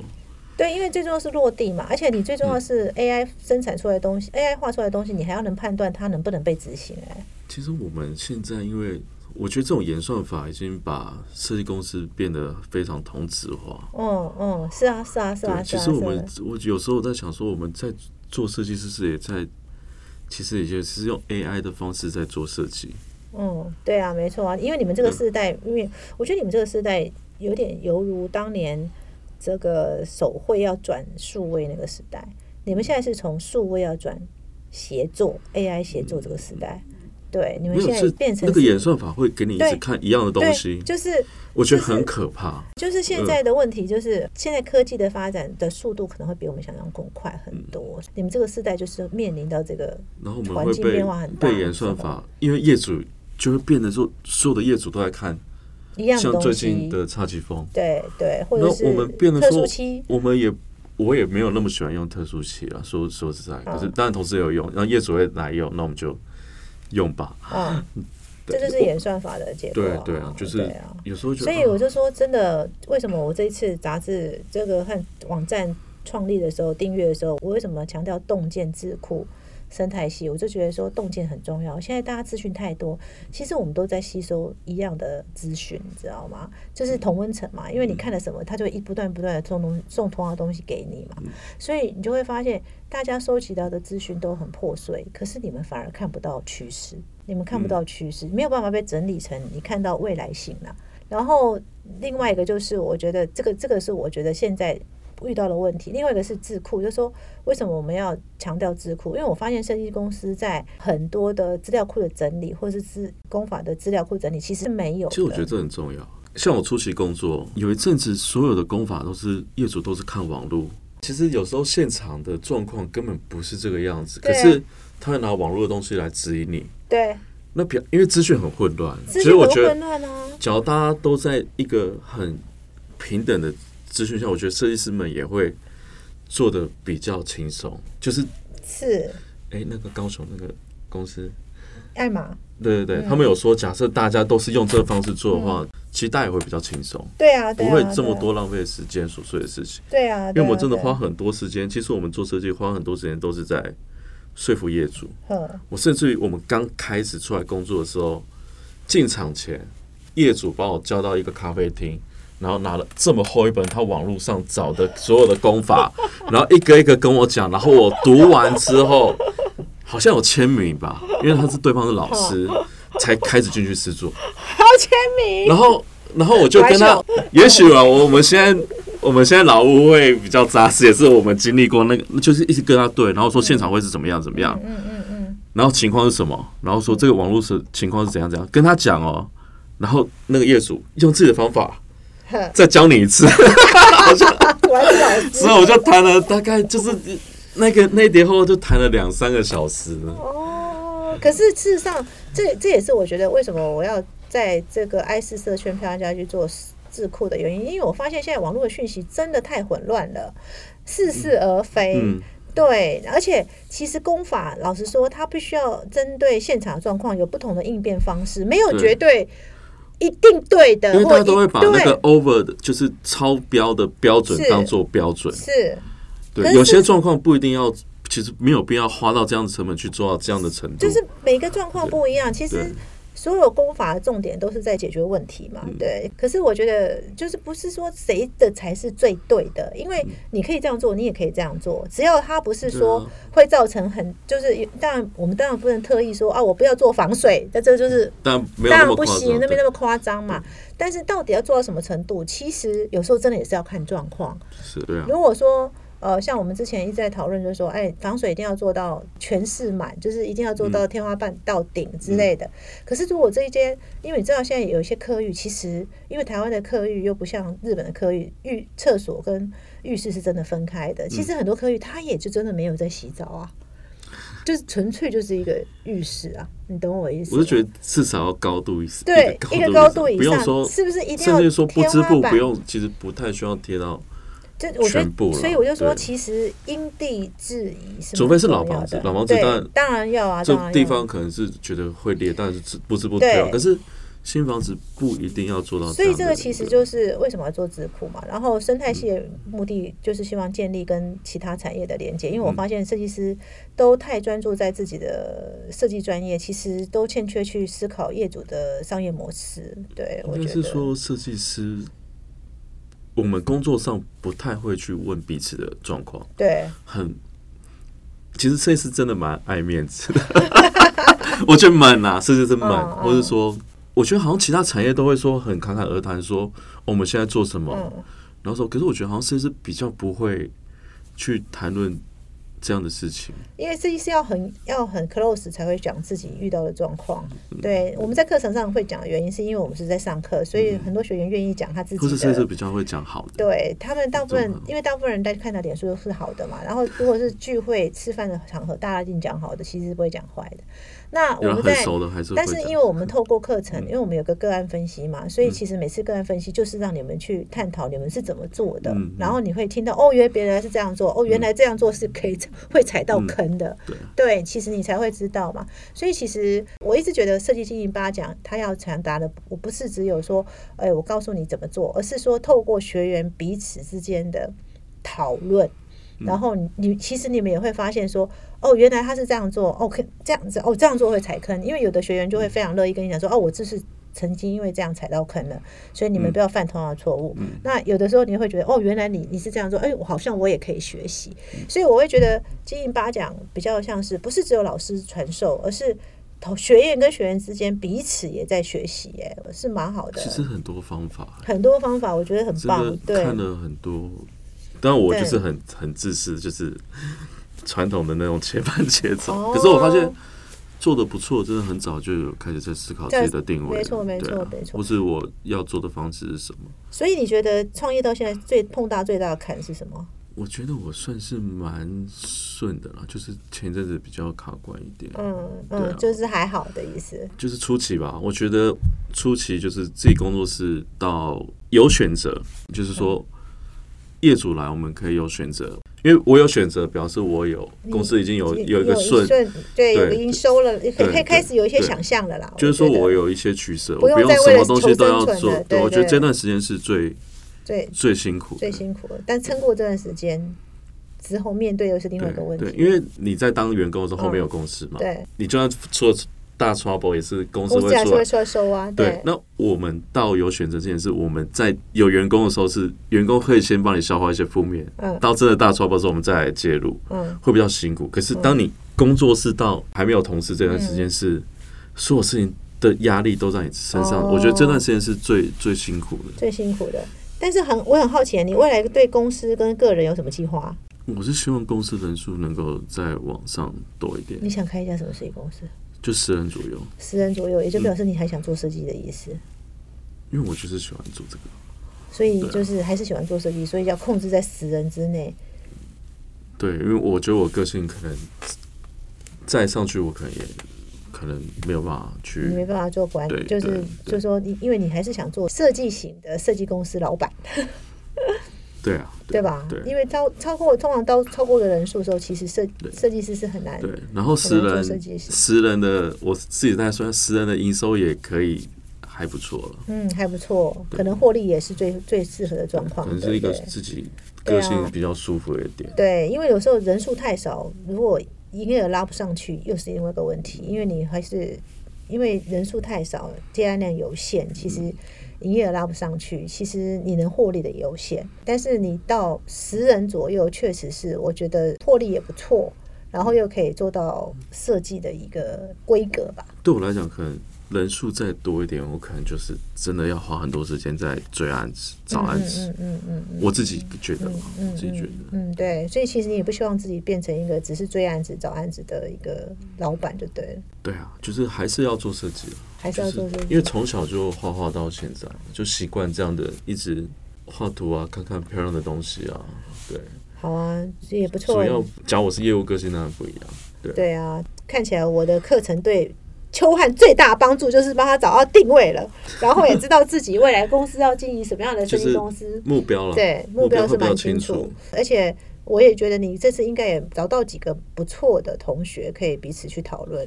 Speaker 1: 对，因为最重要是落地嘛，而且你最重
Speaker 2: 嗯
Speaker 1: 要是 AI 生产出来的东西、a i 画出来的东西，你还要能判断它能不能被执行、哎，
Speaker 2: 其实我们现在因为我觉得这种演算法已经把设计公司变得非常同质化。
Speaker 1: 嗯嗯，是啊是啊是啊
Speaker 2: 对，
Speaker 1: 是
Speaker 2: 其
Speaker 1: 啊
Speaker 2: 实
Speaker 1: 是
Speaker 2: 我
Speaker 1: 啊
Speaker 2: 们，我有时候在想说，我们在做设计师是也在，其实也就是用 AI 的方式在做设计。
Speaker 1: 嗯，对啊，没错啊，因为你们这个世代，因为我觉得你们这个世代有点犹如当年这个手绘要转数位那个时代，你们现在是从数位要转协作 AI 协作这个时代，对，你们
Speaker 2: 嗯没
Speaker 1: 现
Speaker 2: 有
Speaker 1: 在
Speaker 2: 是
Speaker 1: 变成
Speaker 2: 那个
Speaker 1: 是
Speaker 2: 演算法会给你一直
Speaker 1: 对
Speaker 2: 看一样的东西
Speaker 1: 对，，就是
Speaker 2: 我觉得
Speaker 1: 就是
Speaker 2: 很可怕。
Speaker 1: 就是现
Speaker 2: 嗯
Speaker 1: 在的问题，就是现在科技的发展的速度可能会比我们想象更快
Speaker 2: 嗯
Speaker 1: 很多。你们这个时代就是面临到这个，
Speaker 2: 然后我们
Speaker 1: 环
Speaker 2: 会
Speaker 1: 境
Speaker 2: 被
Speaker 1: 变化很大
Speaker 2: 被演算
Speaker 1: 是吧
Speaker 2: 法，因为业主就会变得说，所有的业主都在看，
Speaker 1: 一样的
Speaker 2: 像
Speaker 1: 东
Speaker 2: 最近
Speaker 1: 西。
Speaker 2: 的侘寂风，
Speaker 1: 对对，或
Speaker 2: 那
Speaker 1: 者是
Speaker 2: 我们变得
Speaker 1: 特
Speaker 2: 说
Speaker 1: 殊期，
Speaker 2: 我们也我也没有那么喜欢用特殊器啊，说说实在，
Speaker 1: 嗯
Speaker 2: 可是当然同事也有用，然后业主会来用，那我们就用吧。
Speaker 1: 嗯，这
Speaker 2: 啊对
Speaker 1: 就是演算法的结果
Speaker 2: 对
Speaker 1: 啊。
Speaker 2: 对啊，就是
Speaker 1: 对啊
Speaker 2: 有时候觉
Speaker 1: 所
Speaker 2: 得，
Speaker 1: 以我
Speaker 2: 啊
Speaker 1: 就说，真的，为什么我这一次杂志这个和网站创立的时候、订阅的时候，我为什么强调洞见智库生态系？我就觉得说洞见很重要。现在大家资讯太多，其实我们都在吸收一样的资讯，你知道吗？就是同温层嘛，因为你看了什么，他就会一不断不断的送东送同样的东西给你嘛，所以你就会发现，大家收集到的资讯都很破碎，可是你们反而看不到趋势，你们看不到趋势，没有办法被整理成你看到未来性啦、然后另外一个就是，我觉得这个这个是我觉得现在遇到的问题。另外一个是智库，就是说为什么我们要强调智库？因为我发现设计公司在很多的资料库的整理，或是资工法的资料库整理，其实是没有的。
Speaker 2: 其实我觉得这很重要。像我初期工作有一阵子，所有的工法都是业主都是看网络。其实有时候现场的状况根本不是这个样子，
Speaker 1: 对
Speaker 2: 可
Speaker 1: 啊
Speaker 2: 是他会拿网络的东西来指引你。
Speaker 1: 对，
Speaker 2: 那表因为资讯很混乱，
Speaker 1: 资
Speaker 2: 其
Speaker 1: 讯
Speaker 2: 实我
Speaker 1: 很
Speaker 2: 觉
Speaker 1: 混
Speaker 2: 得，
Speaker 1: 乱啊。
Speaker 2: 只要大家都在一个很平等的资讯下，我觉得设计师们也会做的比较轻松。就是
Speaker 1: 是
Speaker 2: 哎、那个高雄那个公司，
Speaker 1: 艾玛，
Speaker 2: 对对对，
Speaker 1: 嗯
Speaker 2: 他们有说，假设大家都是用这个方式做的话，其实大家也会比较轻松，
Speaker 1: 对啊，对
Speaker 2: 不
Speaker 1: 啊
Speaker 2: 会这么多浪费时间琐碎的事情。
Speaker 1: 对啊，对啊，
Speaker 2: 因为我们真的
Speaker 1: 对
Speaker 2: 花
Speaker 1: 啊，
Speaker 2: 很多时间，其实我们做设计花很多时间都是在说服业主。
Speaker 1: 嗯，
Speaker 2: 我甚至于我们刚开始出来工作的时候，进场前，业主把我叫到一个咖啡厅，然后拿了这么厚一本他网络上找的所有的功法，然后一个一个跟我讲，然后我读完之后，好像有签名吧，因为他是对方的老师，
Speaker 1: 哦
Speaker 2: 才开始进去试做。
Speaker 1: 还要签名，
Speaker 2: 然后，然后我就跟他，也许啊，我我们现在我们现在老屋会比较扎实，也是我们经历过那个，就是一直跟他对，然后说现场会是怎么样怎么样，
Speaker 1: 嗯嗯嗯，
Speaker 2: 然后情况是什么，然后说这个网络是情况是怎样怎样，跟他讲哦，然后那个业主用自己的方法
Speaker 1: 哼
Speaker 2: 再教你一次，
Speaker 1: 我还是老师
Speaker 2: 所以我就谈了大概就是那个那一叠后就谈了两三个小时，
Speaker 1: 哦，可是事实上，这这也是我觉得为什么我要在这个 I 四社圈漂亮家去做智库的原因，因为我发现现在网络的讯息真的太混乱了，似是而非。
Speaker 2: 嗯
Speaker 1: 对，而且其实功法，老实说，它必须要针对现场状况有不同的应变方式，没有
Speaker 2: 对
Speaker 1: 绝对一定对的，
Speaker 2: 因为大家都
Speaker 1: 或
Speaker 2: 会
Speaker 1: 一
Speaker 2: 把那个
Speaker 1: 对
Speaker 2: over 的，就是超标的标准
Speaker 1: 是
Speaker 2: 当做标准。
Speaker 1: 是可
Speaker 2: 对，
Speaker 1: 是
Speaker 2: 有些状况不一定要，其实没有必要花到这样的成本去做到这样的程度。
Speaker 1: 就是每个状况不一样，其
Speaker 2: 对
Speaker 1: 实。所有功法的重点都是在解决问题
Speaker 2: 嗯
Speaker 1: 嘛，对。可是我觉得，就是不是说谁的才是最对的，因为你可以这样做，你也可以这样做，只要它不是说
Speaker 2: 嗯对啊
Speaker 1: 会造成很，就是当然我们当然不能特意说啊，我不要做防水，那这就是
Speaker 2: 但没有
Speaker 1: 当
Speaker 2: 那
Speaker 1: 然
Speaker 2: 么
Speaker 1: 不
Speaker 2: 夸张。
Speaker 1: 行，那边
Speaker 2: 对
Speaker 1: 那么夸张嘛。但是到底要做到什么程度，其实有时候真的也是要看状况。
Speaker 2: 是对啊，
Speaker 1: 如果说呃，像我们之前一直在讨论，就是说，哎，防水一定要做到全室满，就是一定要做
Speaker 2: 嗯
Speaker 1: 到天花板到顶之类的。可是如果这一间，因为你知道现在有一些客浴，其实因为台湾的客浴又不像日本的客浴，浴厕所跟浴室是真的分开
Speaker 2: 嗯
Speaker 1: 的。其实很多客浴它也就真的没有在洗澡啊。就是纯粹就是一个浴室啊，你懂我意思吗？
Speaker 2: 我是觉得至少要高度以
Speaker 1: 对，一个高度以
Speaker 2: 不用
Speaker 1: 上，
Speaker 2: 说，
Speaker 1: 是不是一定
Speaker 2: 甚
Speaker 1: 要
Speaker 2: 至说不
Speaker 1: 天
Speaker 2: 织
Speaker 1: 花
Speaker 2: 布
Speaker 1: 板？
Speaker 2: 不用，其实不太需要贴到，
Speaker 1: 就我觉
Speaker 2: 全部
Speaker 1: 得，
Speaker 2: 啦
Speaker 1: 所以我就说，
Speaker 2: 对
Speaker 1: 其实因地制宜是蛮重要的，
Speaker 2: 除非是老房子老房子
Speaker 1: 对
Speaker 2: 当然
Speaker 1: 当然要啊，
Speaker 2: 这
Speaker 1: 当然要
Speaker 2: 地方可能是觉得会裂，但是不织布推
Speaker 1: 对
Speaker 2: 可是新房子不一定要做到样的。嗯
Speaker 1: 所以这个其实就是为什么要做智库嘛。然后生态系的目的就是希望建立跟其他产业的连接，因为
Speaker 2: 嗯
Speaker 1: 我发现设计师都太专注在自己的设计专业，其实都欠缺去思考业主的商业模式。对，我
Speaker 2: 应
Speaker 1: 觉
Speaker 2: 该
Speaker 1: 得
Speaker 2: 是说设计师，我们工作上不太会去问彼此的状况，
Speaker 1: 对，
Speaker 2: 很。其实设计师真的蛮爱面子的， 我觉得蛮啊，设计师蛮，
Speaker 1: 嗯嗯
Speaker 2: 或者说，我觉得好像其他产业都会说很侃侃而谈，说、哦我们现在做什么，
Speaker 1: 嗯，
Speaker 2: 然后说，可是我觉得好像设计师比较不会去谈论这样的事情，
Speaker 1: 因为设计师要很要很 close 才会讲自己遇到的状况。对，我们在课程上会讲的原因，是因为我们是在上课，所以很多学员愿意讲他自
Speaker 2: 嗯或是
Speaker 1: 己
Speaker 2: 设计师
Speaker 1: 的。
Speaker 2: 比较会讲好的，
Speaker 1: 对他们大部
Speaker 2: 这
Speaker 1: 分
Speaker 2: 种，
Speaker 1: 因为大部分人在看到脸书都是好的嘛，然后如果是聚会吃饭的场合，大家一定讲好的，其实是不会讲坏的。那我
Speaker 2: 有人
Speaker 1: 们
Speaker 2: 很
Speaker 1: 在
Speaker 2: 熟的还是会嗯
Speaker 1: 但是
Speaker 2: 讲
Speaker 1: 因为我们透过课程，因为我们有个个案分析嘛，所
Speaker 2: 嗯
Speaker 1: 以其实每次个案分析就是让你们去探讨你们是怎么做的，
Speaker 2: 嗯嗯嗯
Speaker 1: 然后你会听到哦，原来别人是这样做，哦，原来这样做是可以会踩到坑的，
Speaker 2: 对
Speaker 1: 对，其实你才会知道嘛。所以其实我一直觉得设计经营八讲，它要传达的，我不是只有说，哎，我告诉你怎么做，而是说透过学员彼此之间的讨论。
Speaker 2: 嗯
Speaker 1: 然后你你其实你们也会发现说，哦，原来他是这样做，哦，可这样子，哦，这样做会踩坑，因为有的学员就会非常乐意跟你讲说，哦，我这是曾经因为这样踩到坑了，所以
Speaker 2: 嗯
Speaker 1: 你们不要犯同样的错误。那有的时候你会觉得，哦，原来你你是这样做，哎，我好像我也可以学习，
Speaker 2: 嗯
Speaker 1: 所以我会觉得经营八讲比较像是不是只有老师传授，而是同学员跟学员之间彼此也在学习，哎，是蛮好的
Speaker 2: 其，实很多方法，
Speaker 1: 很多方法我觉得很
Speaker 2: 真
Speaker 1: 棒
Speaker 2: 的，
Speaker 1: 对，
Speaker 2: 看了很多，当然我
Speaker 1: 对
Speaker 2: 就是很很自私，就是传统的那种切半切走。
Speaker 1: 哦
Speaker 2: 可是我发现做的不错，真的很早就有开始在思考自己的定位了，
Speaker 1: 没错没错
Speaker 2: 对啊
Speaker 1: 没错
Speaker 2: 或是我要做的方式是什么？
Speaker 1: 所以你觉得创业到现在最碰到最大的坎是什么？
Speaker 2: 我觉得我算是蛮顺的啦，就是前阵子比较卡关一点，
Speaker 1: 嗯
Speaker 2: 对
Speaker 1: 嗯，
Speaker 2: 啊
Speaker 1: 就是还好的意思。
Speaker 2: 就是初期吧，我觉得初期就是自己工作室到有选择，就是说业主来我们可以有选择，因为我有选择，表示我有公司已经有有一个顺，
Speaker 1: 对，有
Speaker 2: 对
Speaker 1: 个营收了，可以可以
Speaker 2: 对
Speaker 1: 开始有一些
Speaker 2: 对
Speaker 1: 想象了啦。
Speaker 2: 就是
Speaker 1: 觉
Speaker 2: 说
Speaker 1: 得
Speaker 2: 我有一些取舍，
Speaker 1: 不
Speaker 2: 我
Speaker 1: 用
Speaker 2: 不用
Speaker 1: 再
Speaker 2: 什
Speaker 1: 为
Speaker 2: 么
Speaker 1: 了
Speaker 2: 东
Speaker 1: 求
Speaker 2: 西都
Speaker 1: 生
Speaker 2: 要
Speaker 1: 存
Speaker 2: 做
Speaker 1: 了。对
Speaker 2: 对，我觉得
Speaker 1: 对
Speaker 2: 这段时间是最
Speaker 1: 最
Speaker 2: 最辛苦
Speaker 1: 最
Speaker 2: 的。
Speaker 1: 辛苦了，但撑过这段时间之后，面对又是另外一个问
Speaker 2: 对，
Speaker 1: 题。
Speaker 2: 对因为你在当员工的时候，后面
Speaker 1: 嗯
Speaker 2: 有公司嘛，
Speaker 1: 对
Speaker 2: 你就算出了大 trouble，也是公司
Speaker 1: 公
Speaker 2: 会
Speaker 1: 司还是
Speaker 2: 出来
Speaker 1: 会说收啊，
Speaker 2: 对，那我们到有选择这件事，我们在有员工的时候是员工可以先帮你消化一些负面，
Speaker 1: 嗯
Speaker 2: 到真的大 trouble 的时候我们再来介入，
Speaker 1: 嗯，
Speaker 2: 会比较辛苦。可是当你工作室到还没有同事这段时间是，所有事情的压力都在你身上，
Speaker 1: 哦
Speaker 2: 我觉得这段时间是最最辛苦的。
Speaker 1: 最辛苦的。但是很，我很好奇，你未来对公司跟个人有什么计划？
Speaker 2: 我是希望公司人数能够再往上多一点，
Speaker 1: 你想开一家什么设计公司？
Speaker 2: 就十人左右，
Speaker 1: 十人左右，
Speaker 2: 嗯
Speaker 1: 也就表示你还想做设计的意思。
Speaker 2: 因为我就是喜欢做这个。
Speaker 1: 所以
Speaker 2: 啊
Speaker 1: 就是还是喜欢做设计，所以要控制在十人之内。
Speaker 2: 对，因为我觉得我个性可能再上去，我可能也可能没有办法去
Speaker 1: 你没办法做管理，
Speaker 2: 嗯对
Speaker 1: 就是
Speaker 2: 对
Speaker 1: 就是说你，因为你还是想做设计型的设计公司老板，
Speaker 2: 对啊，
Speaker 1: 对吧？
Speaker 2: 对，
Speaker 1: 因为超超过通常到超过的人数的时候，其实设设计师是很难。
Speaker 2: 对，然后
Speaker 1: 可能
Speaker 2: 十
Speaker 1: 做设计
Speaker 2: 人
Speaker 1: 师
Speaker 2: 十人的，我自己在算，十人的营收也可以还不错了，
Speaker 1: 嗯，还不错，可能获利也是最最适合的状况，
Speaker 2: 可能是一个
Speaker 1: 对不对
Speaker 2: 自己
Speaker 1: 对
Speaker 2: 个
Speaker 1: 啊
Speaker 2: 性比较舒服的一点。
Speaker 1: 对，啊因为有时候人数太少，如果营业额拉不上去，又是另外一个问题，因为你还是因为人数太少，接案量有限，其
Speaker 2: 嗯
Speaker 1: 实营业额拉不上去，其实你能获利的也有限。但是你到十人左右，确实是我觉得获利也不错，然后又可以做到设计的一个规格吧。
Speaker 2: 对我来讲，可能人数再多一点，我可能就是真的要花很多时间在追案子、找案子。
Speaker 1: 嗯嗯
Speaker 2: 我自己觉得嘛，我自己觉得。
Speaker 1: 嗯，对，所以其实你也不希望自己变成一个只是追案子、找案子的一个老板，就对了，
Speaker 2: 对啊，就是还是要做设计啊，
Speaker 1: 还是
Speaker 2: 就
Speaker 1: 要
Speaker 2: 是
Speaker 1: 做这个。
Speaker 2: 因为从小就画画到现在，就习惯这样的一直画图啊，看看漂亮的东西啊，对。
Speaker 1: 好啊，这也不错
Speaker 2: 主。要讲我是业务个性，当然不一样。
Speaker 1: 对啊，看起来我的课程对邱汉最大的帮助就是帮他找到定位 了，然后也知道自己未来公司要经营什么样的设
Speaker 2: 就
Speaker 1: 计
Speaker 2: 是
Speaker 1: 公司，
Speaker 2: 目标了，
Speaker 1: 对目
Speaker 2: 目
Speaker 1: 标
Speaker 2: 标
Speaker 1: 是
Speaker 2: 会比较
Speaker 1: 蛮
Speaker 2: 清
Speaker 1: 楚
Speaker 2: 楚。
Speaker 1: 而且我也觉得你这次应该也找到几个不错的同学，可以彼此去讨论，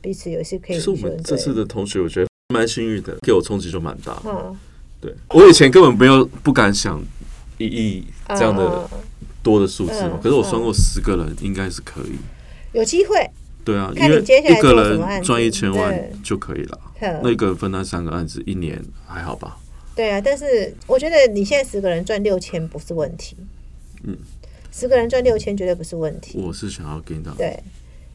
Speaker 1: 彼此有一些可以。
Speaker 2: 其实我们这次的同学，我觉得蛮幸运的，给我冲击就蛮大。
Speaker 1: 嗯，
Speaker 2: 对我以前根本没有不敢想一亿这样的
Speaker 1: 嗯嗯
Speaker 2: 多的数字嘛
Speaker 1: 嗯，
Speaker 2: 可是我算过十个人应该是可以。
Speaker 1: 有机会，
Speaker 2: 对啊，
Speaker 1: 看
Speaker 2: 因
Speaker 1: 你
Speaker 2: 为
Speaker 1: 接下来
Speaker 2: 一个
Speaker 1: 做什么案
Speaker 2: 人
Speaker 1: 子
Speaker 2: 赚一千
Speaker 1: 对嗯
Speaker 2: 万就可以了。
Speaker 1: 哼
Speaker 2: 那一个人分担三个案子，一年还好吧？
Speaker 1: 对啊，但是我觉得你现在十个人赚六千不是问题，
Speaker 2: 嗯，
Speaker 1: 十个人赚六千绝对不是问题，
Speaker 2: 我是想要给你的，
Speaker 1: 对，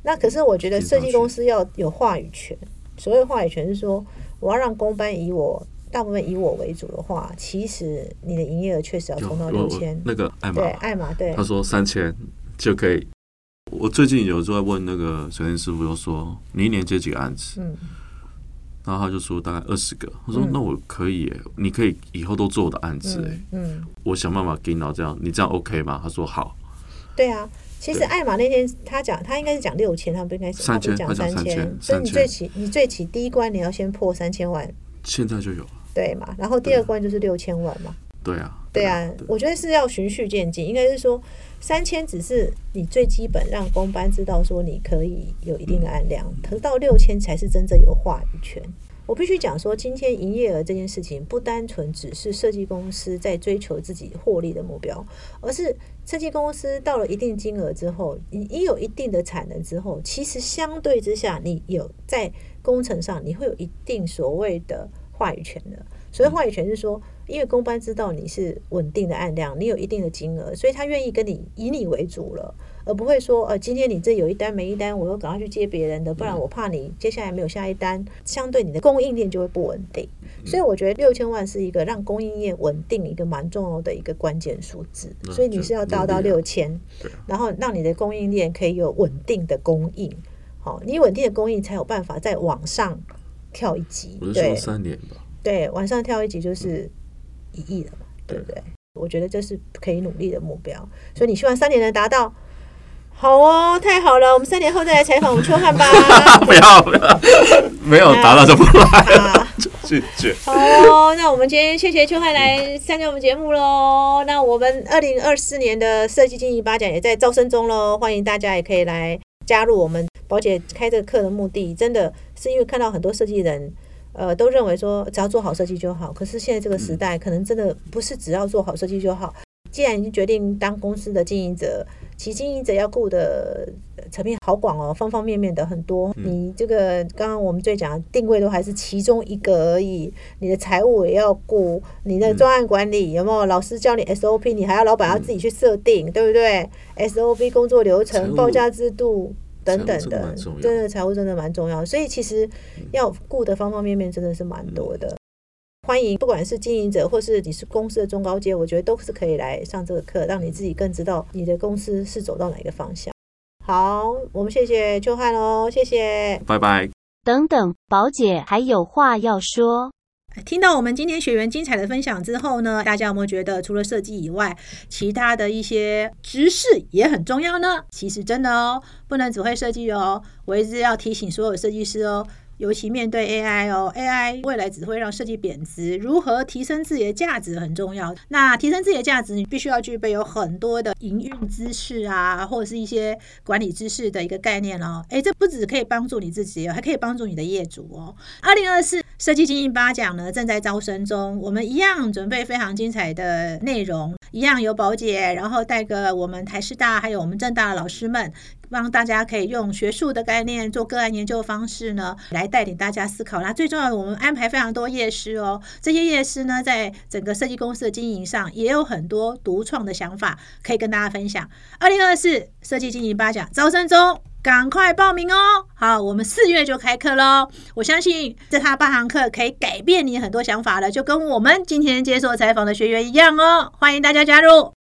Speaker 1: 那可是我觉得
Speaker 2: 挺
Speaker 1: 设
Speaker 2: 上
Speaker 1: 计
Speaker 2: 去
Speaker 1: 公司要有话语权。所谓话语权是说，我要让公班以我大部分以我为主的话，其实你的营业额确实要
Speaker 2: 有
Speaker 1: 冲到
Speaker 2: 我
Speaker 1: 六
Speaker 2: 我
Speaker 1: 千。
Speaker 2: 那个艾玛
Speaker 1: 对，，爱玛对
Speaker 2: 他，说三千就可以。我最近有时候在问那个水电师傅，就说你一年接几个案子？
Speaker 1: 嗯
Speaker 2: 然后他就说大概二十个。他说、
Speaker 1: 嗯
Speaker 2: 那我可以耶，你可以以后都做我的案子耶，
Speaker 1: 嗯嗯，
Speaker 2: 我想办法给你到这样，你这样 OK 吗？他说好，
Speaker 1: 对啊。其实
Speaker 2: 对
Speaker 1: 艾玛那天他讲，他应该是讲六千，他不应该是他不是
Speaker 2: 3000
Speaker 1: 讲
Speaker 2: 他讲
Speaker 1: 千，
Speaker 2: 3000
Speaker 1: 所以你最
Speaker 2: 3000
Speaker 1: 起你最起第一关你要先破三千万，
Speaker 2: 现在就有了。
Speaker 1: 对嘛？然后第二关就是六千万嘛，
Speaker 2: 对啊，
Speaker 1: 对啊，我觉得是要循序渐进，应该是说三千只是你最基本让公班知道说你可以有一定的案量，可是到六千才是真正有话语权。我必须讲说，今天营业额这件事情不单纯只是设计公司在追求自己获利的目标，而是设计公司到了一定金额之后，你你有一定的产能之后，其实相对之下，你有在工程上你会有一定所谓的话语权的。所谓话语权是说，因为公班知道你是稳定的案量，你有一定的金额，所以他愿意跟你以你为主了，而不会说呃，今天你这有一单没一单，我又赶快去接别人的，不然我怕你接下来没有下一单，相对你的供应链就会不稳定。所以我觉得六千万是一个让供应链稳定一个蛮重要的一个关键数字，
Speaker 2: 那
Speaker 1: 所以你
Speaker 2: 就是
Speaker 1: 要达
Speaker 2: 努
Speaker 1: 到
Speaker 2: 力啊
Speaker 1: 六千
Speaker 2: 对啊，
Speaker 1: 然后让你的供应链可以有稳定的供应。好，你稳定的供应才有办法再往上跳一级。
Speaker 2: 我是
Speaker 1: 对
Speaker 2: 说三年吧，
Speaker 1: 对，往上跳一级就是一亿了嘛，对
Speaker 2: 对
Speaker 1: 不对？我觉得这是可以努力的目标，所以你希望三年能达到。好哦，太好了，我们三年后再来采访我们邱汉吧。
Speaker 2: 不要不要， 没有达到就不来
Speaker 1: 啊
Speaker 2: 了，就拒绝。
Speaker 1: 好哦，那我们今天谢谢邱汉来参加我们节目喽。那我们二零二四年的设计经营八奖也在招生中喽，欢迎大家也可以来加入我们宝姐开这个课的目的，真的是因为看到很多设计人。呃，都认为说只要做好设计就好，可是现在这个时代，可能真的不是只要做好设计就好。既然已经决定当公司的经营者，其实经营者要顾的呃层面好广哦，方方面面的很多。
Speaker 2: 嗯
Speaker 1: 你这个刚刚我们最讲的定位都还是其中一个而已，你的财务也要顾，你的专案管理有没有老师教你 SOP，你还要老板要自己去设定，对不对？SOP 工作流
Speaker 2: 财
Speaker 1: 程、
Speaker 2: 务
Speaker 1: 报价制度。等等
Speaker 2: 财务真的
Speaker 1: 的
Speaker 2: 蛮重，要嗯
Speaker 1: 真的财务真的蛮重要，所以其实要顾的方方面面真的是蛮多的。欢迎，不管是经营者或是你是公司的中高阶，我觉得都是可以来上这个课，让你自己更知道你的公司是走到哪一个方向。好，我们谢谢邱汉喽，谢谢。
Speaker 2: 拜拜。
Speaker 3: 等等，宝姐还有话要说。
Speaker 1: 听到我们今天学员精彩的分享之后呢，大家有没有觉得除了设计以外，其他的一些知识也很重要呢？其实真的哦，不能只会设计哦。我一直要提醒所有设计师哦，尤其面对 AI 哦，AI 未来只会让设计贬值，如何提升自己的价值很重要。那提升自己的价值，你必须要具备有很多的营运知识啊，或者是一些管理知识的一个概念哦。诶，这不只可以帮助你自己哦，还可以帮助你的业主哦。二零二四设计精英八奖呢正在招生中，我们一样准备非常精彩的内容，一样有宝姐，然后带个我们台师大还有我们正大的老师们，让大家可以用学术的概念做个案研究方式呢，来带领大家思考。那最重要的，我们安排非常多夜师哦，这些夜师呢，在整个设计公司的经营上也有很多独创的想法可以跟大家分享。二零二四设计经营八奖招生中。赶快报名哦！好，我们四月就开课喽。我相信这堂八堂课可以改变你很多想法了，就跟我们今天接受采访的学员一样哦。欢迎大家加入。